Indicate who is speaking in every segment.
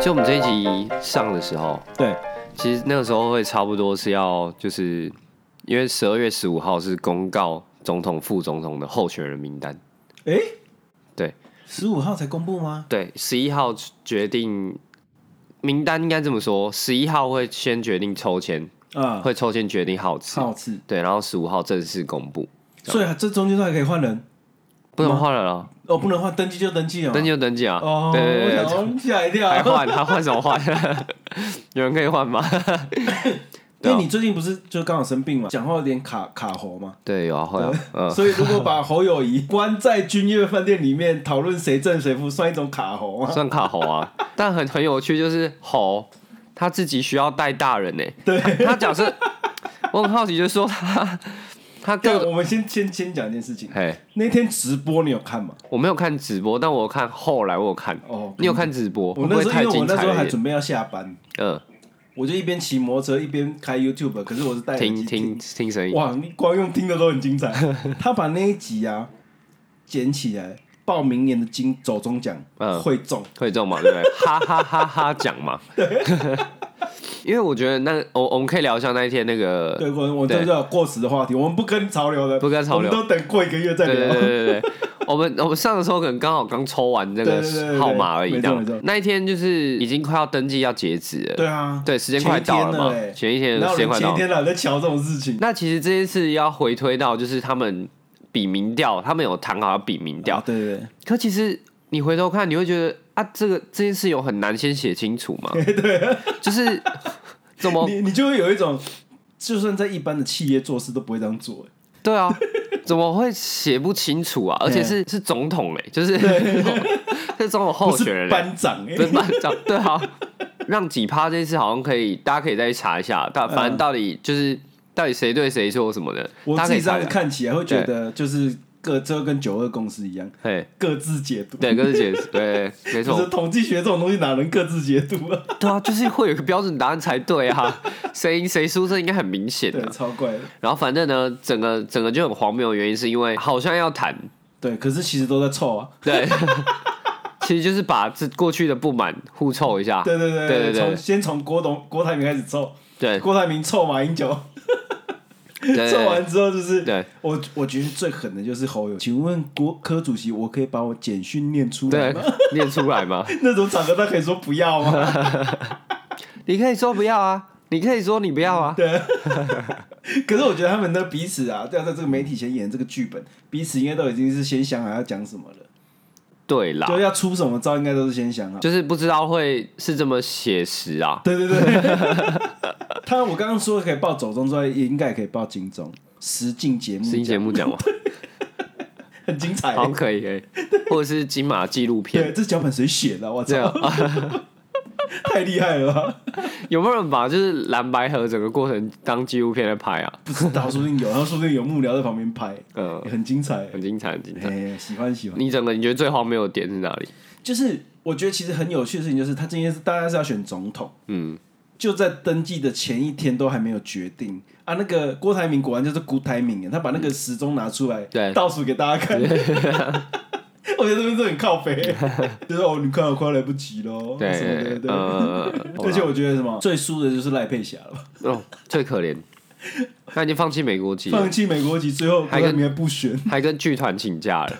Speaker 1: 就我们这一集上的时候，
Speaker 2: 对，
Speaker 1: 其实那个时候会差不多是要，就是因为十二月十五号是公告总统、副总统的候选人名单，
Speaker 2: 哎，
Speaker 1: 对
Speaker 2: 十五号才公布吗？
Speaker 1: 对，十一号决定名单，应该这么说，十一号会先决定抽签，
Speaker 2: 啊，
Speaker 1: 会抽签决定号次，
Speaker 2: 好次，
Speaker 1: 对，然后十五号正式公布，
Speaker 2: 所以这中间都还可以换人
Speaker 1: 不能换人了，
Speaker 2: 哦，不能换登记就登记哦，
Speaker 1: 登记就登记啊，
Speaker 2: 哦，
Speaker 1: 对对对
Speaker 2: 我
Speaker 1: 对，
Speaker 2: 想说吓一跳，
Speaker 1: 还换还换什么换？ 有人可以换 吗？啊
Speaker 2: 因为你最近不是就刚好生病嘛，讲话有点卡卡喉嘛，
Speaker 1: 对，有啊，会 啊，嗯，
Speaker 2: 所以如果把侯友谊关在君悦饭店里面讨论谁正谁负， 算一种卡喉 啊。
Speaker 1: 算卡猴啊，但很很有趣，就是猴他自己需要带大人呢、欸
Speaker 2: 对
Speaker 1: 他他假设 我很好奇，就是说他他
Speaker 2: 对，啊
Speaker 1: 各
Speaker 2: 我们先先先讲一件事情，
Speaker 1: 嘿，
Speaker 2: 那天直播你有看吗？
Speaker 1: 我没有看直播，但我有看后来我有看，
Speaker 2: 哦，
Speaker 1: 你有看直播？
Speaker 2: 我
Speaker 1: 会不
Speaker 2: 那
Speaker 1: 会
Speaker 2: 时候
Speaker 1: 太
Speaker 2: 因为我
Speaker 1: 精
Speaker 2: 那
Speaker 1: 彩
Speaker 2: 时候
Speaker 1: 了
Speaker 2: 还
Speaker 1: 一点？
Speaker 2: 准备要下班，
Speaker 1: 嗯，
Speaker 2: 我就一边骑摩托车一边开 YouTube，可是我是戴耳
Speaker 1: 听
Speaker 2: 机
Speaker 1: 听听声音，
Speaker 2: 哇，你光用听的都很 精彩。他把那一集啊捡起来，报明年的金走中奖、
Speaker 1: 嗯
Speaker 2: 会中，
Speaker 1: 会中嘛？对不对？哈哈哈哈讲嘛。 因为我觉得那我我们可以聊一下那一天那个
Speaker 2: 对，我我
Speaker 1: 嗯对
Speaker 2: 这叫过时的话题，我们不跟潮流的，
Speaker 1: 不跟潮流
Speaker 2: 我们都等过一个月再
Speaker 1: 对对
Speaker 2: 聊。
Speaker 1: 对对 对，我们我们上的时候可能刚好刚抽完这
Speaker 2: 对对对对
Speaker 1: 个
Speaker 2: 对
Speaker 1: 号码而已，
Speaker 2: 没
Speaker 1: 这
Speaker 2: 错
Speaker 1: 样
Speaker 2: 没错
Speaker 1: 那一天就是已经快要登记要截止了，
Speaker 2: 对啊，
Speaker 1: 对，时间快到了嘛，前一天
Speaker 2: 然
Speaker 1: 的时
Speaker 2: 后
Speaker 1: 间快
Speaker 2: 前一
Speaker 1: 到了。
Speaker 2: 天了在瞧这种事情，
Speaker 1: 那其实这件事要回推到就是他们比民调，他们有谈好要比民调，
Speaker 2: 啊对对对，
Speaker 1: 可其实你回头看，你会觉得啊，这个这件事有很难先写清楚 嘛，对，就是怎么
Speaker 2: 你你就会有一种，就算在一般的企业做事都不会这样做、欸
Speaker 1: 对啊，怎么会写不清楚啊？而且是是总统嘞，就是 是总统候
Speaker 2: 不
Speaker 1: 哦选人欸嘞
Speaker 2: 是班长 哎、
Speaker 1: 对班长，对啊，让几趴这件事好像可以，大家可以再查一下，但反正到底就是、到底谁对谁错什么的，
Speaker 2: 我
Speaker 1: 大家
Speaker 2: 自
Speaker 1: 可
Speaker 2: 己
Speaker 1: 以
Speaker 2: 这
Speaker 1: 查
Speaker 2: 样
Speaker 1: 一
Speaker 2: 子
Speaker 1: 下。
Speaker 2: 看起来会觉得就是各这跟九二共识一样，
Speaker 1: 嘿，
Speaker 2: 各自解读。
Speaker 1: 对，跟是解释，对，没
Speaker 2: 就是
Speaker 1: 错，
Speaker 2: 统计学这种东西哪能各自解读 啊？
Speaker 1: 对啊，就是会有一个标准答案才对 啊，谁赢谁输这应该很明显
Speaker 2: 对
Speaker 1: 的、，
Speaker 2: 超怪的。
Speaker 1: 然后反正呢，整个整个就很荒谬，的原因是因为好像要谈，
Speaker 2: 对，可是其实都在凑啊。
Speaker 1: 对， 其实就是把这过去的不满互凑一下，
Speaker 2: 对对对
Speaker 1: 啊对对对
Speaker 2: 从先从郭董郭台铭开始凑，
Speaker 1: 对
Speaker 2: 郭台铭凑马英九，
Speaker 1: 对对
Speaker 2: 凑完之后就是
Speaker 1: 对
Speaker 2: 我我觉得最狠的就是侯友。请问郭柯主席，我可以把我简讯念出来
Speaker 1: 对
Speaker 2: 吗？，
Speaker 1: 念出来嘛，
Speaker 2: 那种场合他可以说不要吗？
Speaker 1: 你可以说不要啊，你可以说你不要啊，
Speaker 2: 对。可是我觉得他们的彼此啊，要在这个媒体前演这个剧本，彼此应该都已经是先想好要讲什么了，
Speaker 1: 对啦，
Speaker 2: 就要出什么招，应该都是先想好。
Speaker 1: 就是不知道会是这么写实啊。
Speaker 2: 对对对， 他我刚刚说可以报走中之外，也应该也可以报金钟实境节目奖，
Speaker 1: 新节目讲完，
Speaker 2: 很精彩。
Speaker 1: 好可以可以，或者是金马纪录片
Speaker 2: 对，这脚本谁写的啊？我
Speaker 1: 这样
Speaker 2: 操，， 太厉害了吧！
Speaker 1: 有没有人把就是蓝白河整个过程当纪录片在拍啊？
Speaker 2: 不知道，说不定有，然后说不定有幕僚在旁边拍，
Speaker 1: 嗯，
Speaker 2: 很精 彩。
Speaker 1: 很精彩，很精彩。
Speaker 2: 哎，喜欢喜欢。
Speaker 1: 你整个你觉得最荒谬的点是哪里？
Speaker 2: 就是我觉得其实很有趣的事情，就是他今天是大家是要选总统，
Speaker 1: 嗯，
Speaker 2: 就在登记的前一天都还没有决定啊。那个郭台铭果然就是 good timing，他把那个时钟拿出来，
Speaker 1: 对
Speaker 2: 倒数给大家看。 我觉得这边是很靠北， 就是哦，你看我快来不及喽，什么的
Speaker 1: 对，
Speaker 2: 对。
Speaker 1: 呃，
Speaker 2: 而且我觉得什么最输的就是赖佩霞了吧，
Speaker 1: 哦，最可怜，他已经放弃美国籍了
Speaker 2: 放，弃美国籍，最后郭
Speaker 1: 还跟
Speaker 2: 台铭还不选。
Speaker 1: 还跟剧团请假了。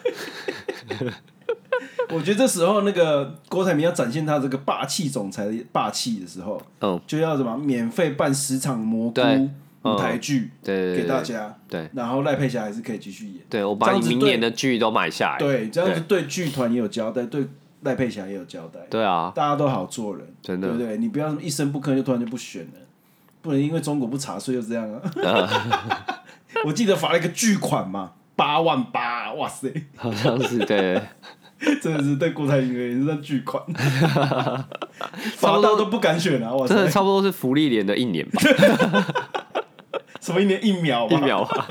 Speaker 2: 我觉得这时候那个郭台铭要展现他这个霸气总裁的霸气的时候，
Speaker 1: 嗯，
Speaker 2: 就要什么免费办十场蘑菇
Speaker 1: 对
Speaker 2: 舞台剧
Speaker 1: 对
Speaker 2: 给
Speaker 1: 对
Speaker 2: 大
Speaker 1: 对
Speaker 2: 家，
Speaker 1: 对
Speaker 2: 然后赖佩霞还是可以继续演。
Speaker 1: 对，我把你明年的剧都买下来。
Speaker 2: 对，这样子对剧团也有交代，对赖佩霞也有交代，
Speaker 1: 对啊，
Speaker 2: 大家都好做人，
Speaker 1: 真的
Speaker 2: 对不对？你不要一声不吭就突然就不选了，不能因为中国不查税就这样啊！ 我记得罚了一个巨款嘛，八万八，哇塞，
Speaker 1: 好像是对。
Speaker 2: 真的是对郭台铭而言是算巨 款，
Speaker 1: 差
Speaker 2: 罚
Speaker 1: 不多
Speaker 2: 到都不敢选啊！哇
Speaker 1: 真
Speaker 2: 塞
Speaker 1: 的，差不多是福利连的一年吧，
Speaker 2: 什么一年一秒 吧，
Speaker 1: 一秒吧，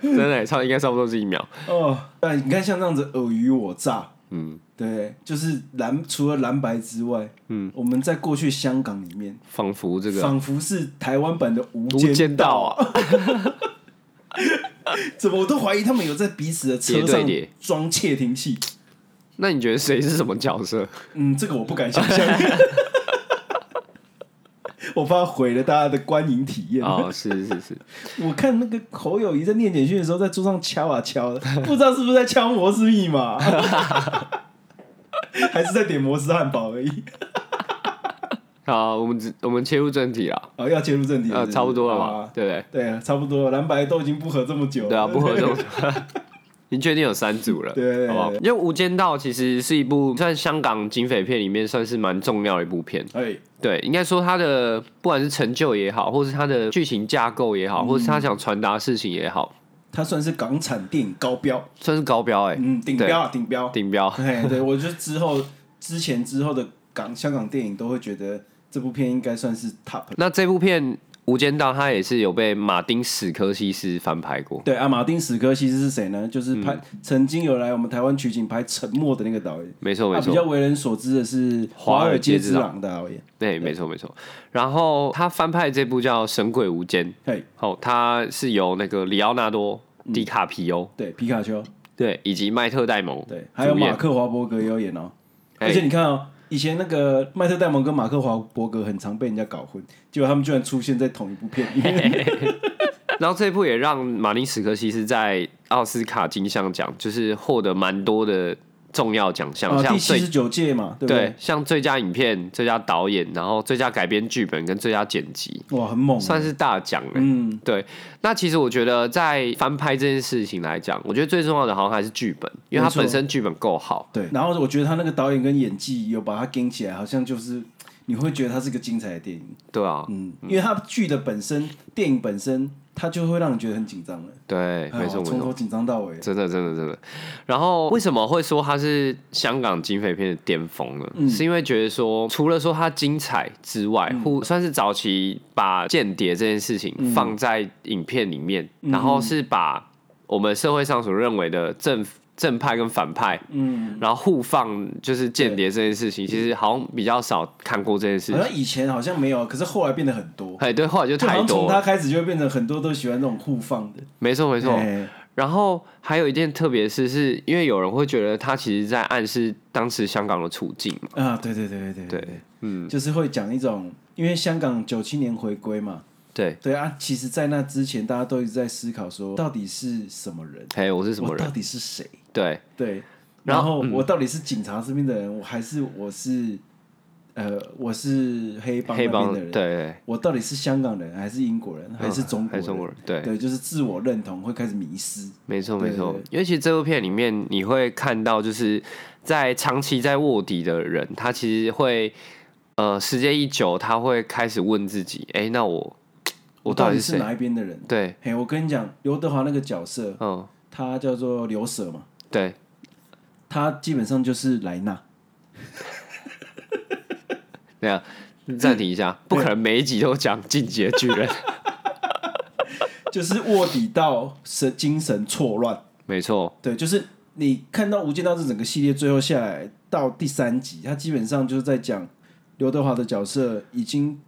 Speaker 1: 真的差应该差不多是一秒。
Speaker 2: 哦，但你看像这样子尔虞我诈，
Speaker 1: 嗯，
Speaker 2: 对，就是蓝除了蓝白之外，嗯，我们在过去香港里面，
Speaker 1: 仿佛这个
Speaker 2: 仿佛是台湾版的《无
Speaker 1: 啊无
Speaker 2: 间
Speaker 1: 间道
Speaker 2: 道》
Speaker 1: 啊，
Speaker 2: 怎么我都怀疑他们有在彼此的车
Speaker 1: 叠对
Speaker 2: 上
Speaker 1: 叠
Speaker 2: 装窃听器。
Speaker 1: 那你觉得谁是什么角 色？
Speaker 2: 嗯，这个我不敢想 象， 我怕毁了大家的观影体验。
Speaker 1: 哦，是是是，
Speaker 2: 我看那个侯友谊在念简讯的时候，在桌上敲啊敲 的，不知道是不是在敲摩斯密码， 还是在点摩斯汉堡而已。
Speaker 1: 好，我们只我们切入正题啦，
Speaker 2: 哦，要切入正题
Speaker 1: 呃，差不多了？
Speaker 2: 是
Speaker 1: 嘛
Speaker 2: 是，
Speaker 1: 对不对？
Speaker 2: 好对啊，差不多了，蓝白都已经不合这么久了。
Speaker 1: 对啊，不合 众。你确定有三组了，
Speaker 2: 对对对
Speaker 1: 好不好？因为《无间道》其实是一部算香港警匪片里面算是蛮重要的一部片。
Speaker 2: 哎，
Speaker 1: 对，应该说它的不管是成就也好，或是它的剧情架构也好，或是他想传达的事情也好，
Speaker 2: 它算是港产电影高标，
Speaker 1: 算是高标哎、
Speaker 2: 嗯，顶标啊，顶标。
Speaker 1: 顶标。
Speaker 2: 哎，对，我觉得之后之前之后的港香港电影都会觉得这部片应该算是 top。
Speaker 1: 那这部片《无间道》它也是有被马丁史科西斯翻拍过。
Speaker 2: 对啊，马丁·史科西斯是谁呢？就是拍、曾经有来我们台湾取景拍《沉默》的那个导演。
Speaker 1: 没错
Speaker 2: 他
Speaker 1: 没
Speaker 2: 啊比
Speaker 1: 错，
Speaker 2: 较为人所知的是《华尔街之狼》的导演。
Speaker 1: 对，没错没错。然后他翻拍这部叫《神鬼无间》，
Speaker 2: 嘿，
Speaker 1: 哦，它是由那个里奥纳多·
Speaker 2: 嗯
Speaker 1: 迪卡皮欧、
Speaker 2: 对，皮卡丘，
Speaker 1: 对，以及迈特·戴蒙
Speaker 2: 对，还有
Speaker 1: 主演
Speaker 2: 马克·华伯格也有演哦。
Speaker 1: 哎
Speaker 2: 而且你看哦，以前那个麦特·戴蒙跟马克·华伯格很常被人家搞混，结果他们居然出现在同一部片里面。
Speaker 1: 然后这部也让马丁·史科西斯在奥斯卡金像奖就是获得蛮多的重要奖项，
Speaker 2: 啊，
Speaker 1: 像
Speaker 2: 第七
Speaker 1: 最
Speaker 2: 十九届嘛，对不
Speaker 1: 对像最佳影片、最佳导演，然后最佳改编剧本跟最佳剪辑，
Speaker 2: 对？哇，很猛。
Speaker 1: 算是大奖了。
Speaker 2: 嗯，
Speaker 1: 对，那其实我觉得在翻拍这件事情来讲，我觉得最重要的好像还是剧本，因为
Speaker 2: 没
Speaker 1: 它
Speaker 2: 错
Speaker 1: 本身剧本够好。
Speaker 2: 对。然后我觉得他那个导演跟演技有把他跟起来，好像就是你会觉得它是个精彩的电影。
Speaker 1: 对啊，
Speaker 2: 嗯，因为它剧的本身，电影本身，它就会让你觉得很紧张了。
Speaker 1: 对，没错
Speaker 2: 哎呦
Speaker 1: 没
Speaker 2: 从
Speaker 1: 错，
Speaker 2: 头紧张到尾。
Speaker 1: 真的真的真的。然后为什么会说它是香港警匪片的巅峰呢？
Speaker 2: 嗯
Speaker 1: 是因为觉得说，除了说它精彩之外，或、算是早期把间谍这件事情
Speaker 2: 嗯
Speaker 1: 放在影片里面，然后是把我们社会上所认为的正正派跟反派。
Speaker 2: 嗯，
Speaker 1: 然后互放就是间谍这件事情，其实好像比较少看过这件事
Speaker 2: 好
Speaker 1: 情。
Speaker 2: 像以前好像没有，啊可是后来变得很多。
Speaker 1: 哎，对，后来就
Speaker 2: 就好
Speaker 1: 太
Speaker 2: 像从
Speaker 1: 多
Speaker 2: 他
Speaker 1: 了，
Speaker 2: 开始就会变成很多都喜欢那种互放的。
Speaker 1: 没错没错。
Speaker 2: 哎
Speaker 1: 然后还有一件特别的事，是因为有人会觉得他其实在暗示当时香港的处境，
Speaker 2: 啊，对对对对对
Speaker 1: 对，
Speaker 2: 嗯，就是会讲一种，因为香港九七年回归嘛，
Speaker 1: 对，
Speaker 2: 对啊，其实，在那之前，大家都一直在思考说，到底是什么人，
Speaker 1: 嘿，我是什么
Speaker 2: 我
Speaker 1: 人？
Speaker 2: 到底是谁？
Speaker 1: 对，
Speaker 2: 对，
Speaker 1: 然
Speaker 2: 然
Speaker 1: 后嗯
Speaker 2: 后我到底是警察这边的人，我还是我是，呃，我是黑帮
Speaker 1: 黑
Speaker 2: 那
Speaker 1: 帮，
Speaker 2: 边的
Speaker 1: 对
Speaker 2: 人，
Speaker 1: 对，
Speaker 2: 我到底是香港人，还是英国人，还是中国
Speaker 1: 嗯还是中
Speaker 2: 人？
Speaker 1: 国人，对，
Speaker 2: 对，就是自我认同会开始迷失。
Speaker 1: 没错
Speaker 2: 对
Speaker 1: 没错
Speaker 2: 对。
Speaker 1: 因为其实这部片里面你会看到，就是在长期在卧底的人，他其实会，呃，时间一久，他会开始问自己，哎，那我我
Speaker 2: 到
Speaker 1: 到
Speaker 2: 底
Speaker 1: 底
Speaker 2: 是
Speaker 1: 是谁？
Speaker 2: 哪一边的人？
Speaker 1: 对，
Speaker 2: 嘿，我跟你讲，刘德华那个角色，
Speaker 1: 嗯，
Speaker 2: 他叫做刘舍嘛，
Speaker 1: 对，
Speaker 2: 他基本上就是莱纳。
Speaker 1: 对啊，暂停一下，不可能每一集都讲进阶巨人，
Speaker 2: 就是卧底到神精神错乱。
Speaker 1: 没错，
Speaker 2: 对，就是你看到《无间道》这整个系列最后下来到第三集，他基本上就是在讲刘德华的角色已经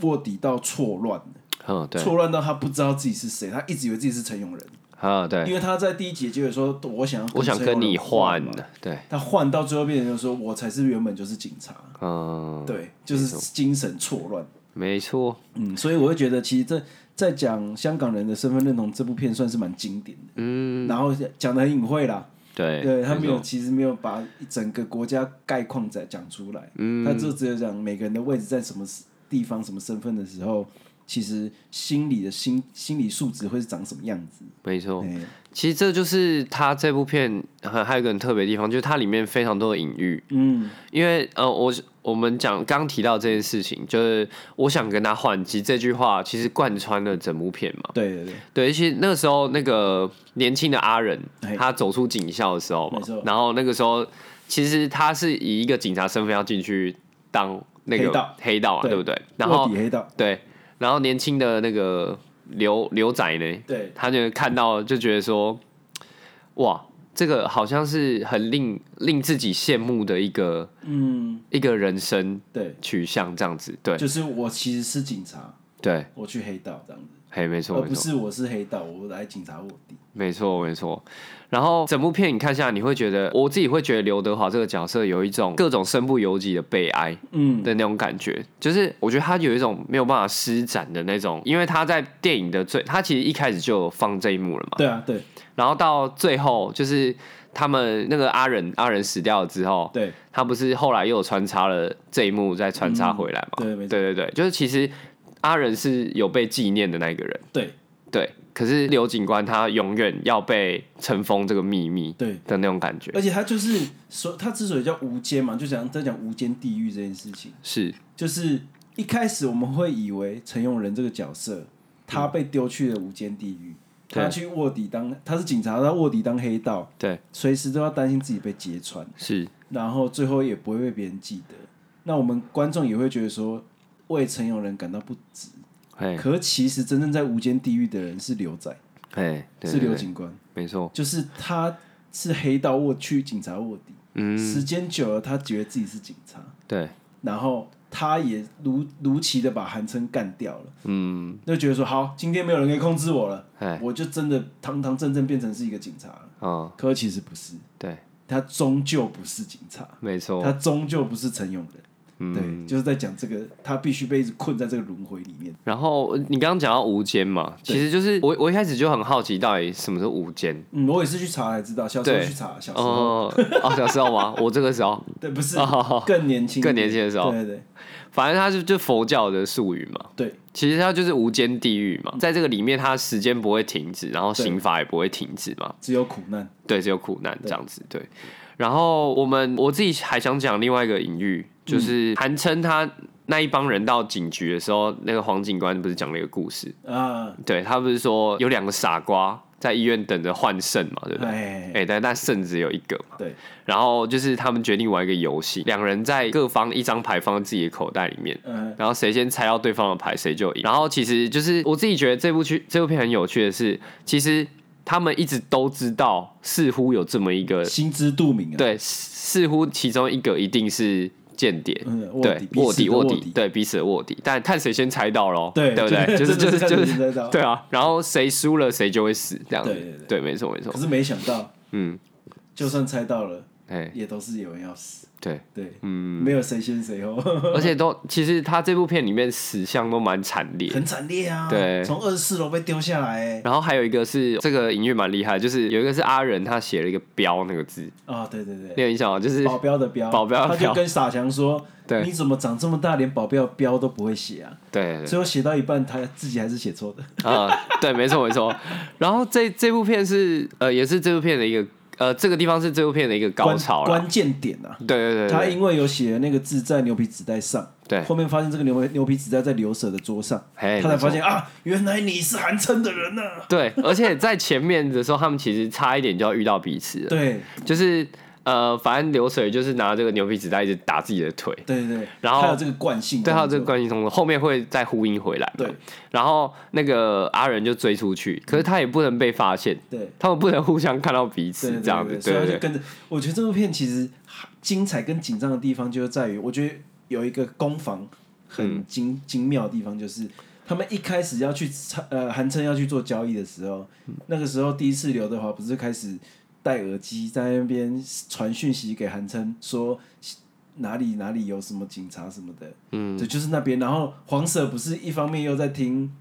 Speaker 2: 卧底到错乱了，
Speaker 1: 嗯，对，
Speaker 2: 错乱到他不知道自己是谁，他一直以为自己是陈永仁，
Speaker 1: 啊，对，
Speaker 2: 因为他在第一集结尾说我想要
Speaker 1: 我想
Speaker 2: 陈
Speaker 1: 跟
Speaker 2: 永仁
Speaker 1: 你换
Speaker 2: 嘛，，
Speaker 1: 对，
Speaker 2: 他换到最后变成就说我才是原本就是警察，
Speaker 1: 嗯，
Speaker 2: 对，就是精神错乱。
Speaker 1: 没错，
Speaker 2: 嗯，所以我会觉得，其实这在讲香港人的身份认同这部片算是蛮经典的。嗯，然后讲的很隐晦啦，
Speaker 1: 对，
Speaker 2: 对他没
Speaker 1: 错
Speaker 2: 有，其实没有把整个国家概况再讲出来。嗯，他就只有讲每个人的位置在什么地方、什么身份的时候，其实心理的心心理素质会是长什么样子。
Speaker 1: 没错。
Speaker 2: 哎
Speaker 1: 其实这就是他这部片还还有一个很特别的地方，就是它里面非常多的隐喻。
Speaker 2: 嗯，
Speaker 1: 因为呃，我我们讲刚提到这件事情，就是我想跟他换机这句话，其实贯穿了整部片嘛。
Speaker 2: 对对对，
Speaker 1: 对，其实那个时候那个年轻的阿仁
Speaker 2: 嘿，
Speaker 1: 他走出警校的时候嘛
Speaker 2: 没错，
Speaker 1: 然后那个时候其实他是以一个警察身份要进去当那个
Speaker 2: 黑道
Speaker 1: 黑道嘛，
Speaker 2: 对
Speaker 1: 对不对？然后
Speaker 2: 卧底黑道，
Speaker 1: 对，然后年轻的那个刘刘仔呢，
Speaker 2: 对
Speaker 1: 他就看到就觉得说，哇，这个好像是很令令自己羡慕的一个
Speaker 2: 嗯
Speaker 1: 一个人生
Speaker 2: 对，
Speaker 1: 取向这样子，对
Speaker 2: 就是我其实是警察，
Speaker 1: 对，
Speaker 2: 我去黑道这样子。
Speaker 1: 嘿，没错，
Speaker 2: 而
Speaker 1: 没
Speaker 2: 不
Speaker 1: 错，
Speaker 2: 是我是黑道，我来警察卧底。
Speaker 1: 没错，没错。然后整部片你看下来，你会觉得，我自己会觉得刘德华这个角色有一种各种身不由己的悲哀
Speaker 2: 嗯，
Speaker 1: 的那种感觉，就是我觉得他有一种没有办法施展的那种，因为他在电影的最，他其实一开始就有放这一幕了嘛。
Speaker 2: 对啊，对
Speaker 1: 然后到最后就是他们那个阿仁阿仁死掉了之后，
Speaker 2: 对
Speaker 1: 他不是后来又有穿插了这一幕再穿插回来嘛？
Speaker 2: 对，嗯没错，
Speaker 1: 对对对，就是其实阿仁是有被纪念的那个人，
Speaker 2: 对
Speaker 1: 对。可是刘警官他永远要被尘封这个秘密
Speaker 2: 对。
Speaker 1: 的那种感觉，
Speaker 2: 而且他就是说，他之所以叫无间嘛，就讲在讲无间地狱这件事情，
Speaker 1: 是
Speaker 2: 就是一开始我们会以为陈永仁这个角色，他被丢去了无间地狱，
Speaker 1: 对
Speaker 2: 他去卧底当他是警察，他卧底当黑道，
Speaker 1: 对，
Speaker 2: 随时都要担心自己被揭穿。
Speaker 1: 是
Speaker 2: 然后最后也不会被别人记得。那我们观众也会觉得说，为陈永仁感到不值。
Speaker 1: 哎
Speaker 2: 可其实真正在无间地狱的人是刘仔，
Speaker 1: 哎，对
Speaker 2: 是
Speaker 1: 对
Speaker 2: 刘
Speaker 1: 对，
Speaker 2: 警官，
Speaker 1: 没错，
Speaker 2: 就是他是黑道卧去警察卧底。嗯，时间久了，他觉得自己是警察，
Speaker 1: 对
Speaker 2: 然后他也如如期的把韩琛干掉了。嗯，就觉得说好，今天没有人可以控制我了
Speaker 1: 哎，
Speaker 2: 我就真的堂堂正正变成是一个警察了。
Speaker 1: 嗯
Speaker 2: 可其实不是，
Speaker 1: 对，
Speaker 2: 他终究不是警察。
Speaker 1: 没错
Speaker 2: 他，终究不是陈永仁。
Speaker 1: 嗯
Speaker 2: 对，就是在讲这个，他必须被一直困在这个轮回里面。
Speaker 1: 然后呃你刚刚讲到无间嘛，其实就是我我一开始就很好奇到底什么是无间。
Speaker 2: 嗯，我也是去查才知道，小时候
Speaker 1: 对
Speaker 2: 去查，小时候，
Speaker 1: 哦，哦，小时候吗？我这个时候，
Speaker 2: 对，不是
Speaker 1: 哦
Speaker 2: 更年轻一点，
Speaker 1: 更年轻的时候
Speaker 2: 对对
Speaker 1: 反正它是就佛教的术语嘛。
Speaker 2: 对
Speaker 1: 其实它就是无间地狱嘛，在这个里面，它时间不会停止，然后刑罚也不会停止嘛。
Speaker 2: 只有苦难。
Speaker 1: 对，只有苦难这样子。对，然后我们我自己还想讲另外一个隐喻，就是韩琛他那一帮人到警局的时候，那个黄警官不是讲了一个故事？
Speaker 2: 啊，
Speaker 1: 对他不是说有两个傻瓜在医院等着换肾嘛，对不对？
Speaker 2: 哎，
Speaker 1: 哎、但但肾只有一个嘛。
Speaker 2: 对，
Speaker 1: 然后就是他们决定玩一个游戏，两人在各方一张牌放在自己的口袋里面，
Speaker 2: 嗯，
Speaker 1: 然后谁先猜到对方的牌，谁就赢。然后其实就是我自己觉得这部剧这部片很有趣的是，其实他们一直都知道，似乎有这么一个
Speaker 2: 心知肚明啊。，
Speaker 1: 对，似乎其中一个一定是间谍。
Speaker 2: 嗯，卧
Speaker 1: 对
Speaker 2: 底，，
Speaker 1: 卧底，卧
Speaker 2: 彼此的卧
Speaker 1: 底，，对彼此的卧底，但看谁先猜到咯，
Speaker 2: 对
Speaker 1: 对不对？就
Speaker 2: 就是
Speaker 1: 就是
Speaker 2: 真
Speaker 1: 就
Speaker 2: 的是看谁先猜
Speaker 1: 是，
Speaker 2: 到
Speaker 1: 对啊。然后谁输了谁就会死，这样子
Speaker 2: 对对，
Speaker 1: 对，没错没错
Speaker 2: 可，是没想到，
Speaker 1: 嗯，
Speaker 2: 就算猜到了，
Speaker 1: 哎，
Speaker 2: 也都是有人要死。
Speaker 1: 对，
Speaker 2: 对，
Speaker 1: 嗯，
Speaker 2: 没有谁先谁后，
Speaker 1: 而且都其实他这部片里面死相都蛮惨烈，
Speaker 2: 很惨烈啊。
Speaker 1: 对
Speaker 2: 从二十四楼被丢下来，哎
Speaker 1: 然后还有一个是这个音乐蛮厉害，就是有一个是阿仁，他写了一个“标”那个字，
Speaker 2: 啊，对对对
Speaker 1: 你。有印象吗？就是
Speaker 2: 保镖的镖，
Speaker 1: 保镖的
Speaker 2: 他
Speaker 1: 镖
Speaker 2: 就跟傻强说：“
Speaker 1: 对
Speaker 2: 你怎么长这么大，连保镖的镖都不会写啊
Speaker 1: 对？”对
Speaker 2: 最后写到一半，他自己还是写错的。
Speaker 1: 啊、对，没错没错。然后这这部片是呃，也是这部片的一个呃，这个地方是这部片的一个高
Speaker 2: 关
Speaker 1: 潮了。
Speaker 2: 关键点啊，
Speaker 1: 对对对
Speaker 2: 他
Speaker 1: 对
Speaker 2: 因为有写了那个字在牛皮纸袋上，
Speaker 1: 对哎
Speaker 2: 后面发现这个牛牛皮纸袋在刘舍的桌上，
Speaker 1: 嘿
Speaker 2: 他才发现啊，原来你是韩琛的人呐、啊。
Speaker 1: 对，而且在前面的时候，他们其实差一点就要遇到彼此了，
Speaker 2: 对
Speaker 1: 就是呃，反正流水就是拿这个牛皮纸袋一直打自己的腿，
Speaker 2: 对对，
Speaker 1: 然后
Speaker 2: 他有这个惯性，
Speaker 1: 对，还有这个关系通后面会再呼应回来。
Speaker 2: 对，
Speaker 1: 然后那个阿仁就追出去，可是他也不能被发现，
Speaker 2: 对
Speaker 1: 他们不能互相看到彼
Speaker 2: 对
Speaker 1: 此
Speaker 2: 对
Speaker 1: 这样子，
Speaker 2: 对，所以他
Speaker 1: 对
Speaker 2: 就跟着。我觉得这部片其实精彩跟紧张的地方就是在于，我觉得有一个攻防很
Speaker 1: 嗯
Speaker 2: 精、精妙的地方，就是他们一开始要去呃韩琛要去做交易的时候，那个时候第一次刘德华不是开始戴耳机在那边传讯息给韩琛说。哪里哪里有什么警察什么的，嗯，对，就是那边。然后黄舍不是一方面又在听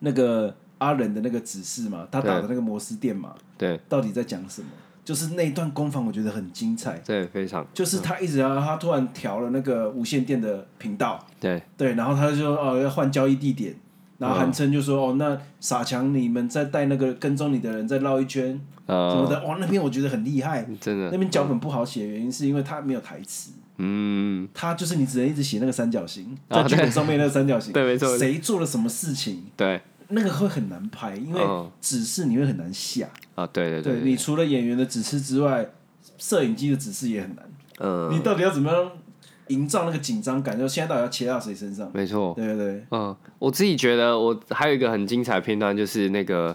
Speaker 2: 那个阿仁的那个指示嘛，他打的那个摩斯电码，
Speaker 1: 对
Speaker 2: 到底在讲什么？就是那一段攻防，我觉得很精彩。
Speaker 1: 对，非常
Speaker 2: 就是他
Speaker 1: 嗯
Speaker 2: 一直要他突然调了那个无线电的频道，
Speaker 1: 对
Speaker 2: 对，然后他就说哦要换交易地点，然后韩琛就
Speaker 1: 嗯
Speaker 2: 说哦那傻强你们再带那个跟踪你的人再绕一圈什么
Speaker 1: 呃，
Speaker 2: 的，哇那边我觉得很厉害。
Speaker 1: 真
Speaker 2: 那
Speaker 1: 的，
Speaker 2: 边脚本不好写，原因是因为他没有台词，
Speaker 1: 嗯，
Speaker 2: 他就是你只能一直写那个三角形，
Speaker 1: 啊
Speaker 2: 在剧本上面那个三角形，
Speaker 1: 对没错
Speaker 2: 谁做了什么事情，
Speaker 1: 对
Speaker 2: 那个会很难拍，因为
Speaker 1: 嗯
Speaker 2: 指示你会很难下。
Speaker 1: 啊，对对
Speaker 2: 对
Speaker 1: 对，
Speaker 2: 你除了演员的指示之外，摄影机的指示也很难。
Speaker 1: 嗯，
Speaker 2: 你到底要怎么样营造那个紧张感？就现在到底要切到谁身上？
Speaker 1: 没错，
Speaker 2: 对对对，
Speaker 1: 嗯，我自己觉得我还有一个很精彩的片段，就是那个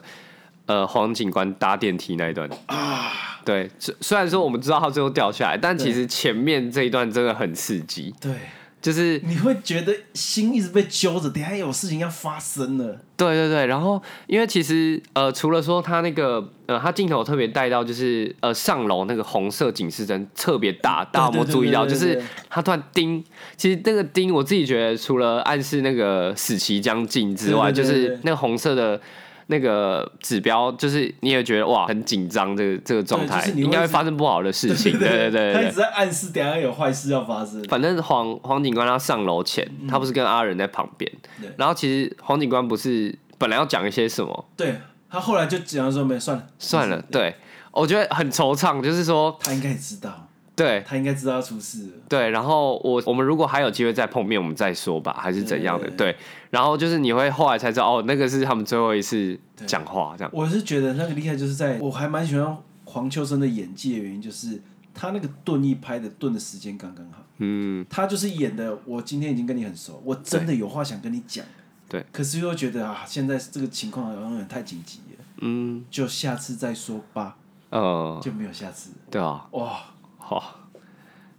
Speaker 1: 呃黄警官搭电梯那一段啊，对，虽虽然说我们知道他最后掉下来，但其实前面这一段真的很刺激，
Speaker 2: 对
Speaker 1: 就是
Speaker 2: 你会觉得心一直被揪着，等一下有事情要发生了。
Speaker 1: 对对对，然后因为其实呃，除了说他那个呃，他镜头特别带到就是呃上楼那个红色警示灯特别大，大家有没有
Speaker 2: 对对对
Speaker 1: 注意到？
Speaker 2: 对
Speaker 1: 就
Speaker 2: 对
Speaker 1: 是
Speaker 2: 对
Speaker 1: 他突然叮，其实那个叮，我自己觉得除了暗示那个死期将近之外，
Speaker 2: 对
Speaker 1: 就
Speaker 2: 对对对
Speaker 1: 是
Speaker 2: 对
Speaker 1: 那个红色的。那个指标就是你也觉得哇很紧张，这个这个状态
Speaker 2: 对就是你会
Speaker 1: 应该会
Speaker 2: 一直
Speaker 1: 发生不好的事情，对对对对
Speaker 2: 他
Speaker 1: 对
Speaker 2: 一直在暗示等一下有坏事要发生。
Speaker 1: 反正黄黄警官他上楼前，他不是跟阿仁在旁边
Speaker 2: 嗯对，
Speaker 1: 然后其实黄警官不是本来要讲一些什么，
Speaker 2: 对他后来就讲说没算了，
Speaker 1: 算了，对我觉得很惆怅，就是说
Speaker 2: 他应该也知道，
Speaker 1: 对
Speaker 2: 他应该知道要出事了。
Speaker 1: 对，然后我我们如果还有机会再碰面，我们再说吧，还是怎样的，
Speaker 2: 对
Speaker 1: 对，然后就是你会后来才知道，哦，那个是他们最后一次讲话这样，
Speaker 2: 我是觉得那个厉害，就是在我还蛮喜欢黄秋生的演技的原因，就是他那个顿一拍的顿的时间刚刚好。
Speaker 1: 嗯，
Speaker 2: 他就是演的，我今天已经跟你很熟，我真的有话想跟你讲。
Speaker 1: 对。
Speaker 2: 可是又觉得啊，现在这个情况好像有点太紧急了，
Speaker 1: 嗯
Speaker 2: 就下次再说吧，
Speaker 1: 呃，
Speaker 2: 就没有下次了。
Speaker 1: 对啊，
Speaker 2: 哇，
Speaker 1: 好。